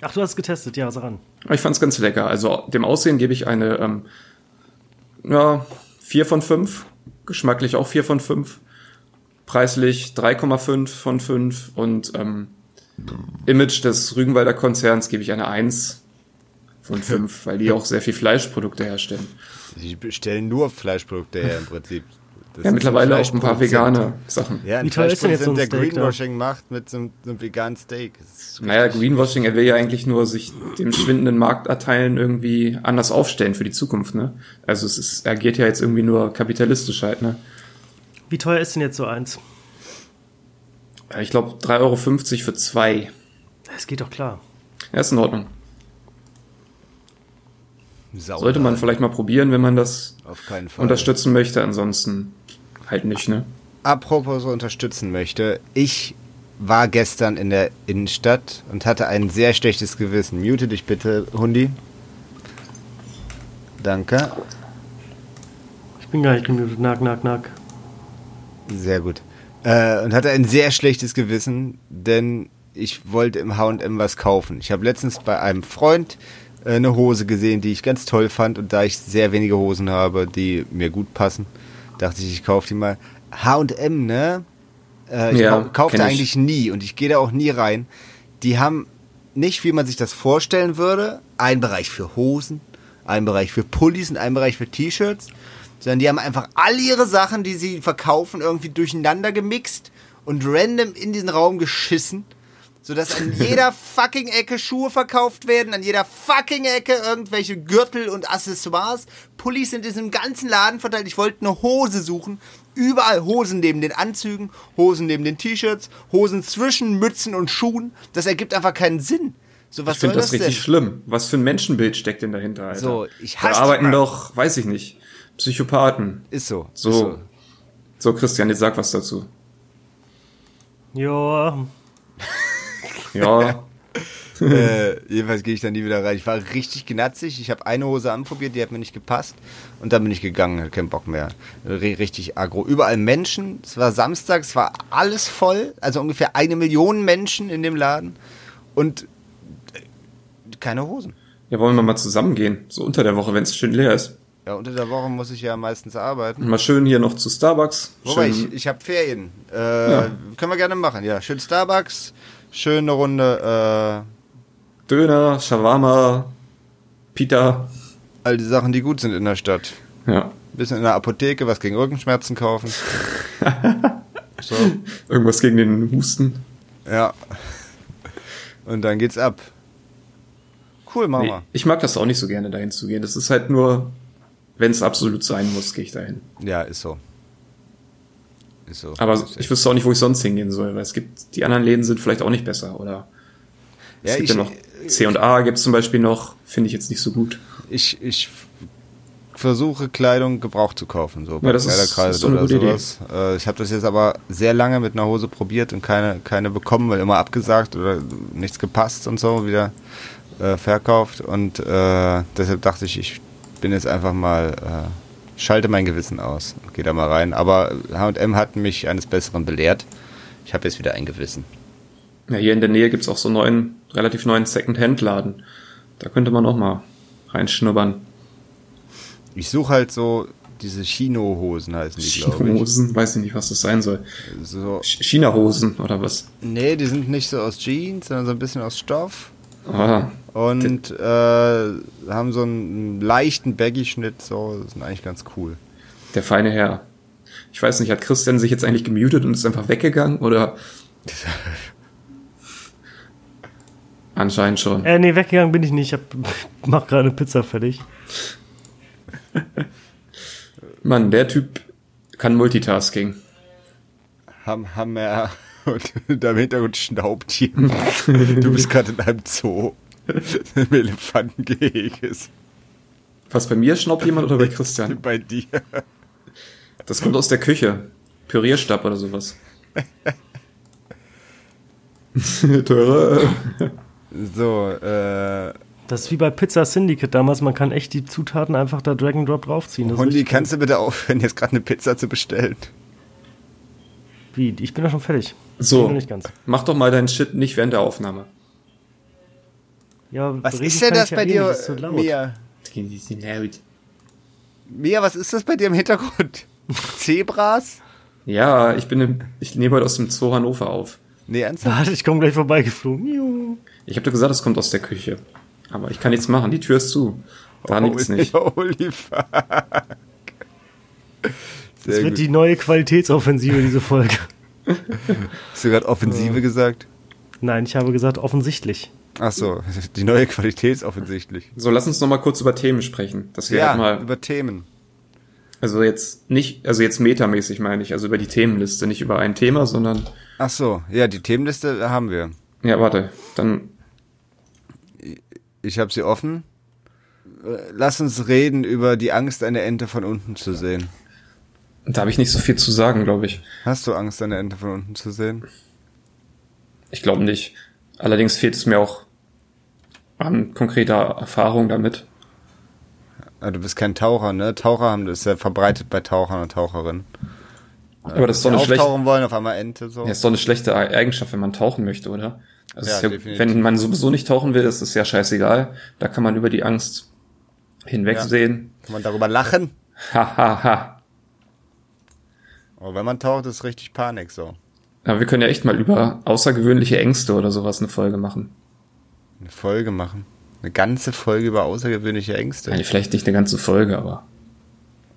C: Ach, du hast getestet, ja, sag an.
G: Aber Ich fand's ganz lecker. Also dem Aussehen gebe ich eine ähm, ja, 4 von 5. Geschmacklich auch 4 von 5. Preislich 3,5 von 5. Und ähm, Image des Rügenwalder Konzerns gebe ich eine 1 von 5, weil die auch sehr viel Fleischprodukte herstellen.
B: Die stellen nur Fleischprodukte her im Prinzip. Das
G: Ja,
B: ist
G: mittlerweile auch ein paar
B: Fleischproduzent.
G: vegane Sachen.
B: Ja, ein
C: Wie teuer ist denn jetzt so ein
B: Fleischproduzent, der
C: Steak da?
B: Greenwashing macht mit so einem, so einem veganen Steak. Das ist
G: Naja, Greenwashing, er will ja eigentlich nur sich dem schwindenden Markt erteilen, irgendwie anders aufstellen für die Zukunft, ne? Also es ist, er geht ja jetzt irgendwie nur kapitalistisch halt, ne?
C: Wie teuer ist denn jetzt so eins?
G: Ja, Ich glaube 3,50 Euro für zwei.
C: Es geht doch klar.
G: Ja, ist in Ordnung.
B: sauer.
G: Sollte man vielleicht mal probieren, wenn man das
B: Auf keinen Fall.
G: unterstützen möchte. Ansonsten halt nicht, ne?
B: Apropos unterstützen möchte, ich war gestern in der Innenstadt und hatte ein sehr schlechtes Gewissen. Mute dich bitte, Hundi. Danke.
C: Ich bin gar nicht gemutet. Nack, nack, nack.
B: Sehr gut. Äh, und hatte ein sehr schlechtes Gewissen, denn ich wollte im HM was kaufen. Ich habe letztens bei einem Freund äh, eine Hose gesehen, die ich ganz toll fand. Und da ich sehr wenige Hosen habe, die mir gut passen, dachte ich, ich kaufe die mal. HM, ne? Äh, ich
G: Ja,
B: ja, kaufte
G: kenn ich.
B: eigentlich nie und ich gehe da auch nie rein. Die haben nicht, wie man sich das vorstellen würde, einen Bereich für Hosen, einen Bereich für Pullis und einen Bereich für T-Shirts, sondern die haben einfach all ihre Sachen, die sie verkaufen, irgendwie durcheinander gemixt und random in diesen Raum geschissen, sodass an jeder fucking Ecke Schuhe verkauft werden, an jeder fucking Ecke irgendwelche Gürtel und Accessoires. Pullis sind in diesem ganzen Laden verteilt. Ich wollte eine Hose suchen. Überall Hosen neben den Anzügen, Hosen neben den T-Shirts, Hosen zwischen Mützen und Schuhen. Das ergibt einfach keinen Sinn. So, was
G: Ich finde
B: soll
G: das, richtig schlimm. Was für ein Menschenbild steckt denn dahinter, Alter?
B: So, ich
G: da
B: hasse
G: arbeiten
B: die-
G: doch, weiß ich nicht, Psychopathen.
B: Ist so.
G: So.
B: Ist
G: so. Christian, jetzt sag was dazu.
C: Ja,
G: Ja,
B: äh, jedenfalls gehe ich da nie wieder rein. Ich war richtig genatzig. Ich habe eine Hose anprobiert, die hat mir nicht gepasst. Und dann bin ich gegangen, hatte keinen Bock mehr. Ri- Richtig aggro. Überall Menschen. Es war Samstag, es war alles voll. Also ungefähr eine Million Menschen in dem Laden. Und äh, keine Hosen.
G: ja, wollen wir mal zusammengehen. So unter der Woche, wenn es schön leer ist.
B: Ja, unter der Woche muss ich ja meistens arbeiten.
G: Mal schön hier noch zu Starbucks.
B: Wobei, ich,
G: schön,
B: ich habe Ferien. Äh, Können wir gerne machen. Ja, schön Starbucks, schöne Runde, äh,
G: Döner, Shawarma, Pita.
B: äh, all die Sachen, die gut sind in der Stadt.
G: Ja.
B: Bisschen in der Apotheke, was gegen Rückenschmerzen kaufen. so,
G: Irgendwas gegen den Husten.
B: ja. Und dann geht's ab. Cool, machen
G: Nee,
B: wir.
G: ich mag das auch nicht so gerne, dahin zu gehen. Das ist halt nur, wenn es absolut sein muss, gehe ich dahin.
B: Ja, ist so. Ist so.
G: Aber ich wüsste auch nicht, wo ich sonst hingehen soll, weil es gibt, die anderen Läden sind vielleicht auch nicht besser, oder? Es
B: Ja,
G: gibt
B: ich-
G: ja noch C&A gibt's zum Beispiel noch, finde ich jetzt nicht so gut.
B: ich, ich f- versuche Kleidung gebraucht zu kaufen, so bei
G: das ist-
B: Kleiderkreisen
G: ist doch eine
B: oder
G: gute
B: sowas. Äh, ich habe das jetzt aber sehr lange mit einer Hose probiert und keine, keine bekommen, weil immer abgesagt oder nichts gepasst und so wieder äh, verkauft. Und äh, deshalb dachte ich, ich bin jetzt einfach mal, äh, schalte mein Gewissen aus und gehe da mal rein. Aber HM hat mich eines Besseren belehrt. Ich habe jetzt wieder ein Gewissen.
G: Ja, hier in der Nähe gibt's auch so einen neuen, relativ neuen Second-Hand-Laden. Da könnte man auch mal reinschnuppern.
B: Ich suche halt so diese Chino-Hosen heißen die, glaube ich.
G: Chinohosen, weiß ich nicht, was das sein soll.
B: So,
G: Ch- China-Hosen oder was?
B: Nee, die sind nicht so aus Jeans, sondern so ein bisschen aus Stoff.
G: Ah,
B: Und äh, haben so einen leichten Baggy-Schnitt, so sind eigentlich ganz cool.
G: der feine Herr. Ich weiß nicht, hat Christian sich jetzt eigentlich gemutet und ist einfach weggegangen oder? Anscheinend schon.
C: Äh, nee, weggegangen bin ich nicht. Ich hab, mach gerade eine Pizza fertig.
G: Mann, der Typ kann Multitasking.
B: Ham, Hammer. Und da im Hintergrund schnaubt jemand. Du bist gerade in einem Zoo. Im Elefantengehege ist
G: Was bei mir schnaubt jemand oder bei Christian?
B: bei dir.
G: Das kommt aus der Küche. Pürierstab oder sowas. Töre.
B: So, äh.
C: Das ist wie bei Pizza Syndicate damals. Man kann echt die Zutaten einfach da Drag and Drop draufziehen. Das ist
B: Hundi,
C: richtig
B: kannst du bitte aufhören, jetzt gerade eine Pizza zu bestellen?
C: Wie? Ich bin ja schon fertig. Ich
G: So,
C: bin nicht ganz.
G: mach doch mal deinen Shit nicht während der Aufnahme.
C: Ja,
B: Was
C: reden
B: ist denn
C: kann
B: das
C: ich ja
B: bei
C: eh
B: dir,
C: nicht, ist zu laut.
B: Mia? Mia, was ist das bei dir im Hintergrund? Zebras?
G: Ja, ich bin im, ich nehme heute aus dem Zoo Hannover auf.
B: Nee, ernsthaft?
C: Warte, ich komme gleich vorbeigeflogen. Juhu.
G: Ich habe dir gesagt, es kommt aus der Küche. Aber ich kann nichts machen, die Tür ist zu.
C: Oh,
G: Da nichts nicht.
B: Holy fuck.
C: Das
B: Sehr
C: wird
B: gut.
C: die neue Qualitätsoffensive, diese Folge.
B: Hast du gerade Offensive gesagt?
C: Nein, ich habe gesagt, offensichtlich.
B: Ach so, die neue Qualität ist offensichtlich.
G: So, lass uns noch mal kurz über Themen sprechen. Dass wir
B: Ja,
G: halt mal,
B: über Themen.
G: also jetzt nicht, also jetzt metamäßig meine ich, also über die Themenliste, nicht über ein Thema, sondern,
B: Ach so, ja, die Themenliste haben wir.
G: ja, warte, dann
B: Ich habe sie offen. Äh, Lass uns reden über die Angst, eine Ente von unten zu sehen.
G: Da habe ich nicht so viel zu sagen, glaube ich.
B: Hast du Angst, eine Ente von unten zu sehen?
G: Ich glaube nicht. Allerdings fehlt es mir auch an konkreter Erfahrung damit.
B: Ah, du bist kein Taucher, ne? Taucher haben das ist ja verbreitet bei Tauchern und Taucherinnen.
G: Aber das ist doch eine schlechte,
B: Auftauchen wollen, auf einmal Ente so.
G: ja, ist doch eine schlechte E- Eigenschaft, wenn man tauchen möchte, oder? Also
B: Ja,
G: es ist ja,
B: definitiv.
G: wenn man sowieso nicht tauchen will, ist es ja scheißegal. Da kann man über die Angst hinwegsehen.
B: Kann man darüber lachen?
G: Ha, ha, ha.
B: Aber wenn man taucht, ist richtig Panik so.
G: Aber wir können ja echt mal über außergewöhnliche Ängste oder sowas eine Folge machen.
B: Eine Folge machen. Eine ganze Folge über außergewöhnliche Ängste.
G: Nein, vielleicht nicht eine ganze Folge, aber.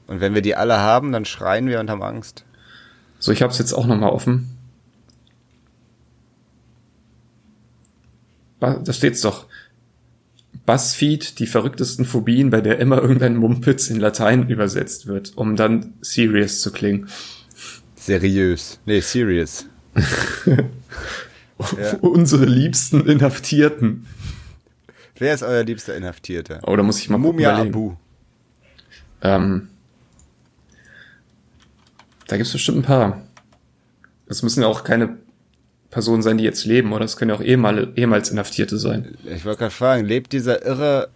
B: Und wenn wir die alle haben, dann schreien wir und haben Angst.
G: So, ich habe es jetzt auch nochmal offen. Ba- Da steht's doch. Buzzfeed, die verrücktesten Phobien, bei der immer irgendein Mumpitz in Latein übersetzt wird, um dann serious zu klingen.
B: Seriös. Nee, serious.
G: Unsere liebsten Inhaftierten.
B: Wer ist euer liebster Inhaftierter?
G: Oh, da muss ich mal
B: Mumia
G: überlegen.
B: Abu.
G: Ähm, da gibt's bestimmt ein paar. Das müssen ja auch keine Personen sein, die jetzt leben, oder? Das können ja auch ehemal, ehemals Inhaftierte sein.
B: Ich wollte gerade fragen, lebt dieser irre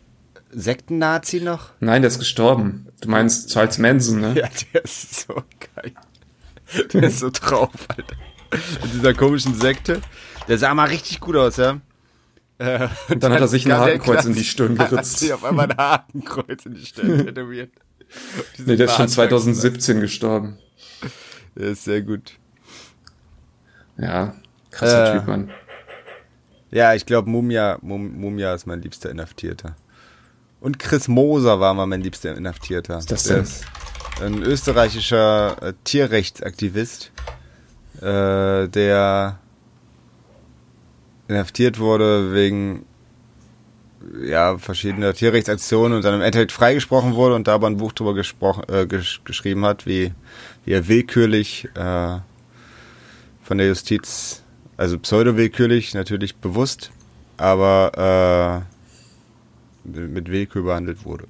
B: Sekten-Nazi noch?
G: Nein, der ist gestorben. Du meinst Charles Manson, ne?
B: Ja, der ist so geil. Der ist so drauf, Alter. Mit dieser komischen Sekte. Der sah mal richtig gut aus, ja? Äh,
G: Und dann hat er sich ein
B: kam der
G: Hakenkreuz in
B: Knast-
G: die Stirn
B: Hat
G: geritzt.
B: sich auf einmal ein Hakenkreuz in die Stirn tätowiert.
G: Nee, der ist schon 2017 gestorben.
H: Der ist sehr gut.
G: Ja, krasser
H: Äh.
G: Typ, Mann.
H: Ja, ich glaube, Mumia, Mum, Mumia ist mein liebster Inhaftierter. Und Chris Moser war mal mein liebster Inhaftierter.
G: Was ist das
H: Der
G: denn?
H: ist Ein österreichischer äh, Tierrechtsaktivist, äh, der inhaftiert wurde wegen ja, verschiedener Tierrechtsaktionen und dann im Endeffekt freigesprochen wurde und dabei ein Buch darüber gesprochen, äh, gesch geschrieben hat, wie, wie er willkürlich äh, von der Justiz, also pseudo-willkürlich, natürlich bewusst, aber äh, mit Willkür behandelt wurde.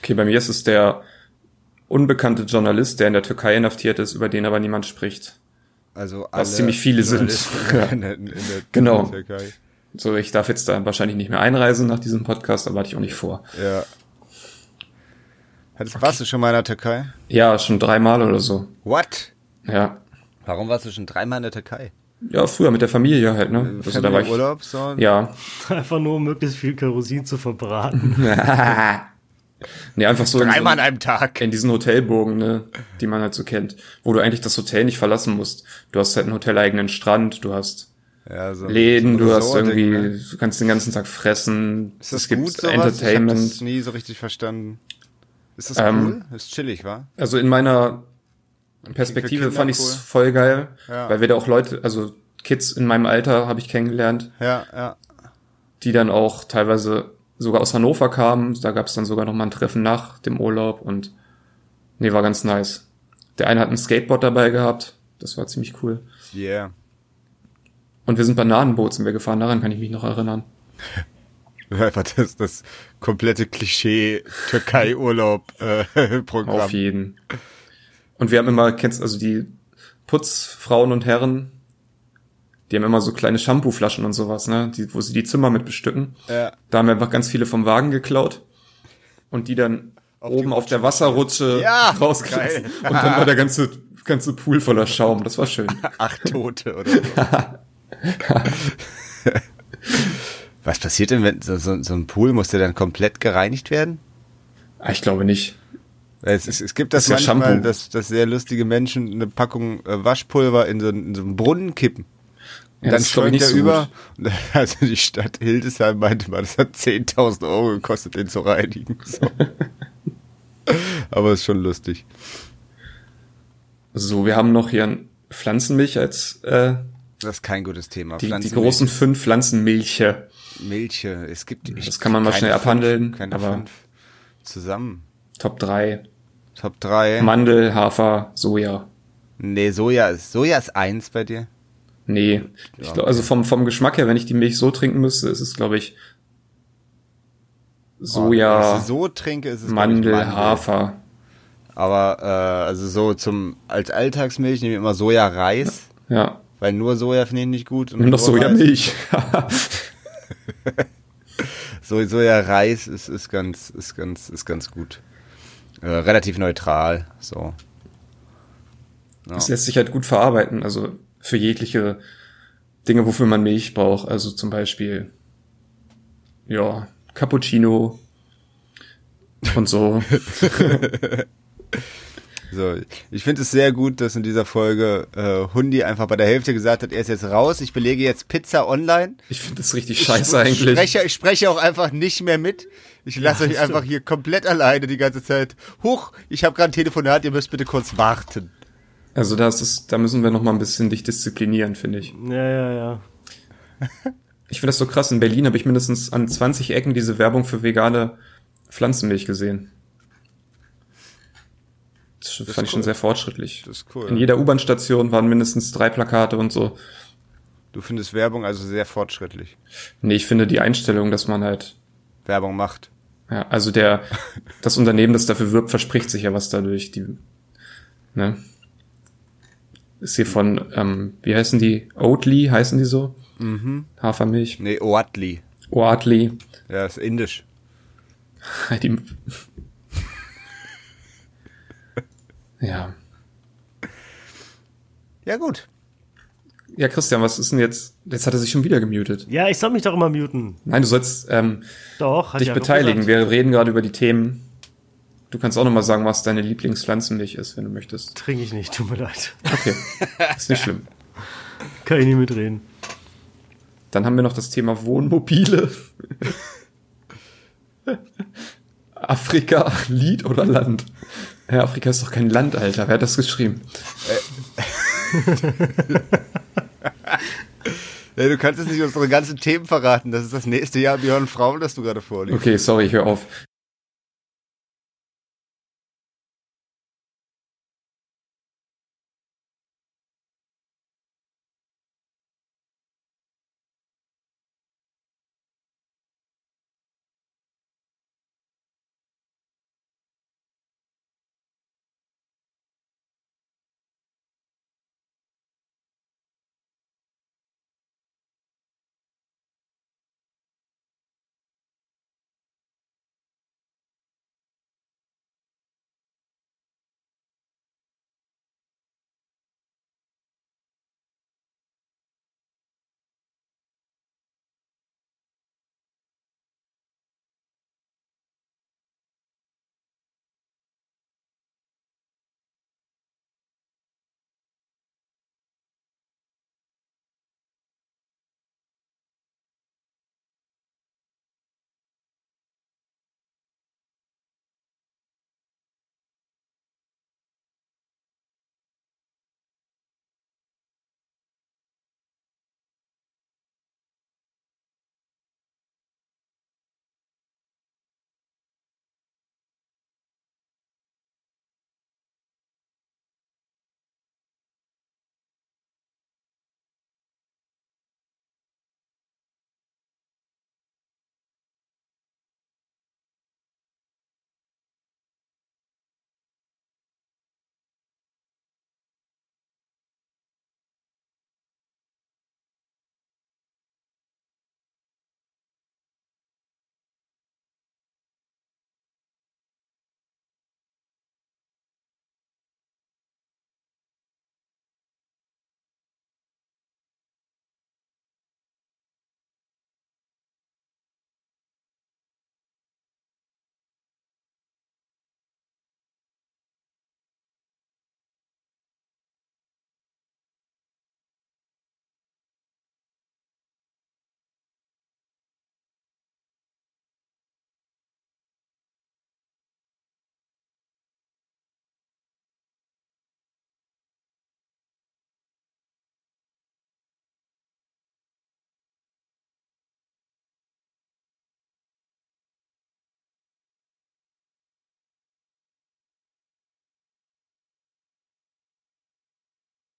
G: Okay, bei mir ist es der unbekannte Journalist, der in der Türkei inhaftiert ist, über den aber niemand spricht.
H: Also
G: Was
H: alle
G: ziemlich viele sind.
H: Journalisten
G: Ja.
H: in der- in der
G: Genau.
H: Türkei.
G: So, ich darf jetzt da wahrscheinlich nicht mehr einreisen nach diesem Podcast, aber hatte ich auch nicht vor.
H: Ja. Hattest, Warst du schon mal in der Türkei?
G: Ja, schon dreimal oder so.
H: What?
G: Ja.
H: Warum warst du schon dreimal in der Türkei?
G: Ja, früher mit der Familie halt, ne? Also da war ich.
H: Urlaub, so?
G: Ja.
C: Einfach nur, um möglichst viel Kerosin zu verbraten.
G: Nee, einfach so. in so-
H: Dreimal an einem Tag.
G: in diesen Hotelburgen, ne, die man halt so kennt, wo du eigentlich das Hotel nicht verlassen musst. Du hast halt einen hoteleigenen Strand, du hast
H: Ja, so ein-
G: Läden,
H: so
G: du
H: ein
G: hast
H: Resort-Ding,
G: irgendwie,
H: ne?
G: du kannst den ganzen Tag fressen,
H: Ist das
G: es gibt
H: gut sowas? Ich hab das
G: Entertainment.
H: nie so richtig verstanden. Ist das
G: Ähm,
H: cool? Ist chillig, wa?
G: Also in meiner Perspektive
H: Kinder
G: fand ich's
H: cool.
G: voll geil,
H: Ja.
G: weil wir da auch Leute, also Kids in meinem Alter habe ich kennengelernt,
H: Ja, ja.
G: die dann auch teilweise sogar aus Hannover kamen. Da gab's dann sogar noch mal ein Treffen nach dem Urlaub und nee, war ganz nice. Der eine hat ein Skateboard dabei gehabt, das war ziemlich cool.
H: Yeah.
G: Und wir sind Bananenboot sind wir gefahren, daran kann ich mich noch erinnern.
H: Einfach das, das komplette äh, Klischee Türkei-Urlaub-Programm.
G: Auf jeden. Und wir haben immer, kennst also die Putzfrauen und Herren, die haben immer so kleine Shampooflaschen und sowas, ne? Die, wo sie die Zimmer mit bestücken.
H: Ja.
G: Da haben wir einfach ganz viele vom Wagen geklaut und die dann
H: die
G: oben auf der Wasserrutsche
H: Ja,
G: rausgerissen.
H: geil.
G: Und dann war der ganze, ganze Pool voller Schaum. Das war schön.
H: Acht Tote oder so. Was passiert denn, wenn so, so, so ein Pool muss der dann komplett gereinigt werden?
G: Ah, Ich glaube nicht.
H: Es, es, es gibt das
G: Ist ja
H: manchmal,
G: Shampoo.
H: dass, dass sehr lustige Menschen eine Packung äh, Waschpulver in so, einen- in so einen Brunnen kippen. Und
G: Ja,
H: dann
G: das ist, glaub ich, nicht
H: schäumt er
G: so
H: über.
G: gut.
H: Und dann, also die Stadt Hildesheim meinte mal, das hat 10.000 Euro gekostet, den zu reinigen. So. Aber ist schon lustig.
G: So, wir haben noch hier ein Pflanzenmilch als äh,
H: Das ist kein gutes Thema.
G: die, die
H: Pflanzenmilch-
G: großen fünf Pflanzenmilche.
H: Milche. äh, Es gibt. ich-
G: Das kann man mal
H: keine
G: schnell
H: fünf,
G: abhandeln,
H: Keine
G: aber-
H: fünf. Zusammen.
G: Top drei
H: Top 3.
G: Mandel, Hafer, Soja.
H: Nee, Soja ist. Soja ist eins bei dir.
G: Nee. Ich glaub, also vom, vom Geschmack her, wenn ich die Milch so trinken müsste, ist es, glaube ich,
H: Oh, Wenn
G: Soja,
H: ich sie so trinke, ist es glaub ich,
G: Mandel, Hafer.
H: Aber äh, also so zum als Alltagsmilch nehme ich immer Soja-Reis,
G: Ja.
H: weil nur Soja finde ich nicht gut. Und
G: Nimm doch
H: nur Reis-
G: Sojamilch.
H: So, Soja-Reis ist, ist ganz, ist ganz, ist ganz gut. Äh, relativ neutral. So.
G: Das lässt sich halt gut verarbeiten. Also für jegliche Dinge, wofür man Milch braucht. Also zum Beispiel, ja, Cappuccino und so.
H: So, Also, ich finde es sehr gut, dass in dieser Folge äh, Hundi einfach bei der Hälfte gesagt hat, er ist jetzt raus, ich belege jetzt Pizza online.
G: Ich finde das richtig scheiße
H: ich
G: eigentlich.
H: Spreche, ich spreche auch einfach nicht mehr mit. Ich lasse euch
C: das
H: einfach hier komplett alleine die ganze Zeit. Huch, ich habe gerade ein Telefonat, ihr müsst bitte kurz warten.
G: Also das ist, da müssen wir noch mal ein bisschen dich disziplinieren, finde ich.
C: ja, ja, ja.
G: Ich finde das so krass. In Berlin habe ich mindestens an 20 Ecken diese Werbung für vegane Pflanzenmilch gesehen. Das, fand ich schon sehr fortschrittlich.
H: Das ist cool,
G: In
H: ja.
G: jeder U-Bahn-Station waren mindestens drei Plakate und so.
H: Du findest Werbung also sehr fortschrittlich.
G: Nee, ich finde die Einstellung, dass man halt,
H: Werbung macht.
G: ja, also der, das Unternehmen, das dafür wirbt, verspricht sich ja was dadurch. Die, ne? Ist hier von, ähm, wie heißen die? Oatly heißen die so?
H: Mhm.
G: Hafermilch.
H: Nee, Oatly.
G: Oatly.
H: Ja, ist indisch.
G: Halt Die ja.
H: Ja, gut.
G: Ja, Christian, was ist denn jetzt? Jetzt hat er sich schon wieder gemutet.
C: Ja, ich soll mich doch immer muten.
G: Nein, du sollst ähm,
C: Doch, hat
G: dich
C: ja doch
G: beteiligen.
C: gesagt.
G: Wir reden gerade über die Themen. Du kannst auch nochmal sagen, was deine Lieblingspflanzenmilch ist, wenn du möchtest.
C: Trinke ich nicht, tut mir leid.
G: Okay, ist nicht schlimm.
C: Kann ich nicht mitreden.
G: Dann haben wir noch das Thema Wohnmobile. Afrika, Lied oder Land? Hä, Afrika ist doch kein Land, Alter. Wer hat das geschrieben?
H: Ja, du kannst jetzt nicht unsere ganzen Themen verraten. Das ist das nächste Jahr Björn Frauen, das du gerade vorliest.
G: Okay, sorry, ich hör auf.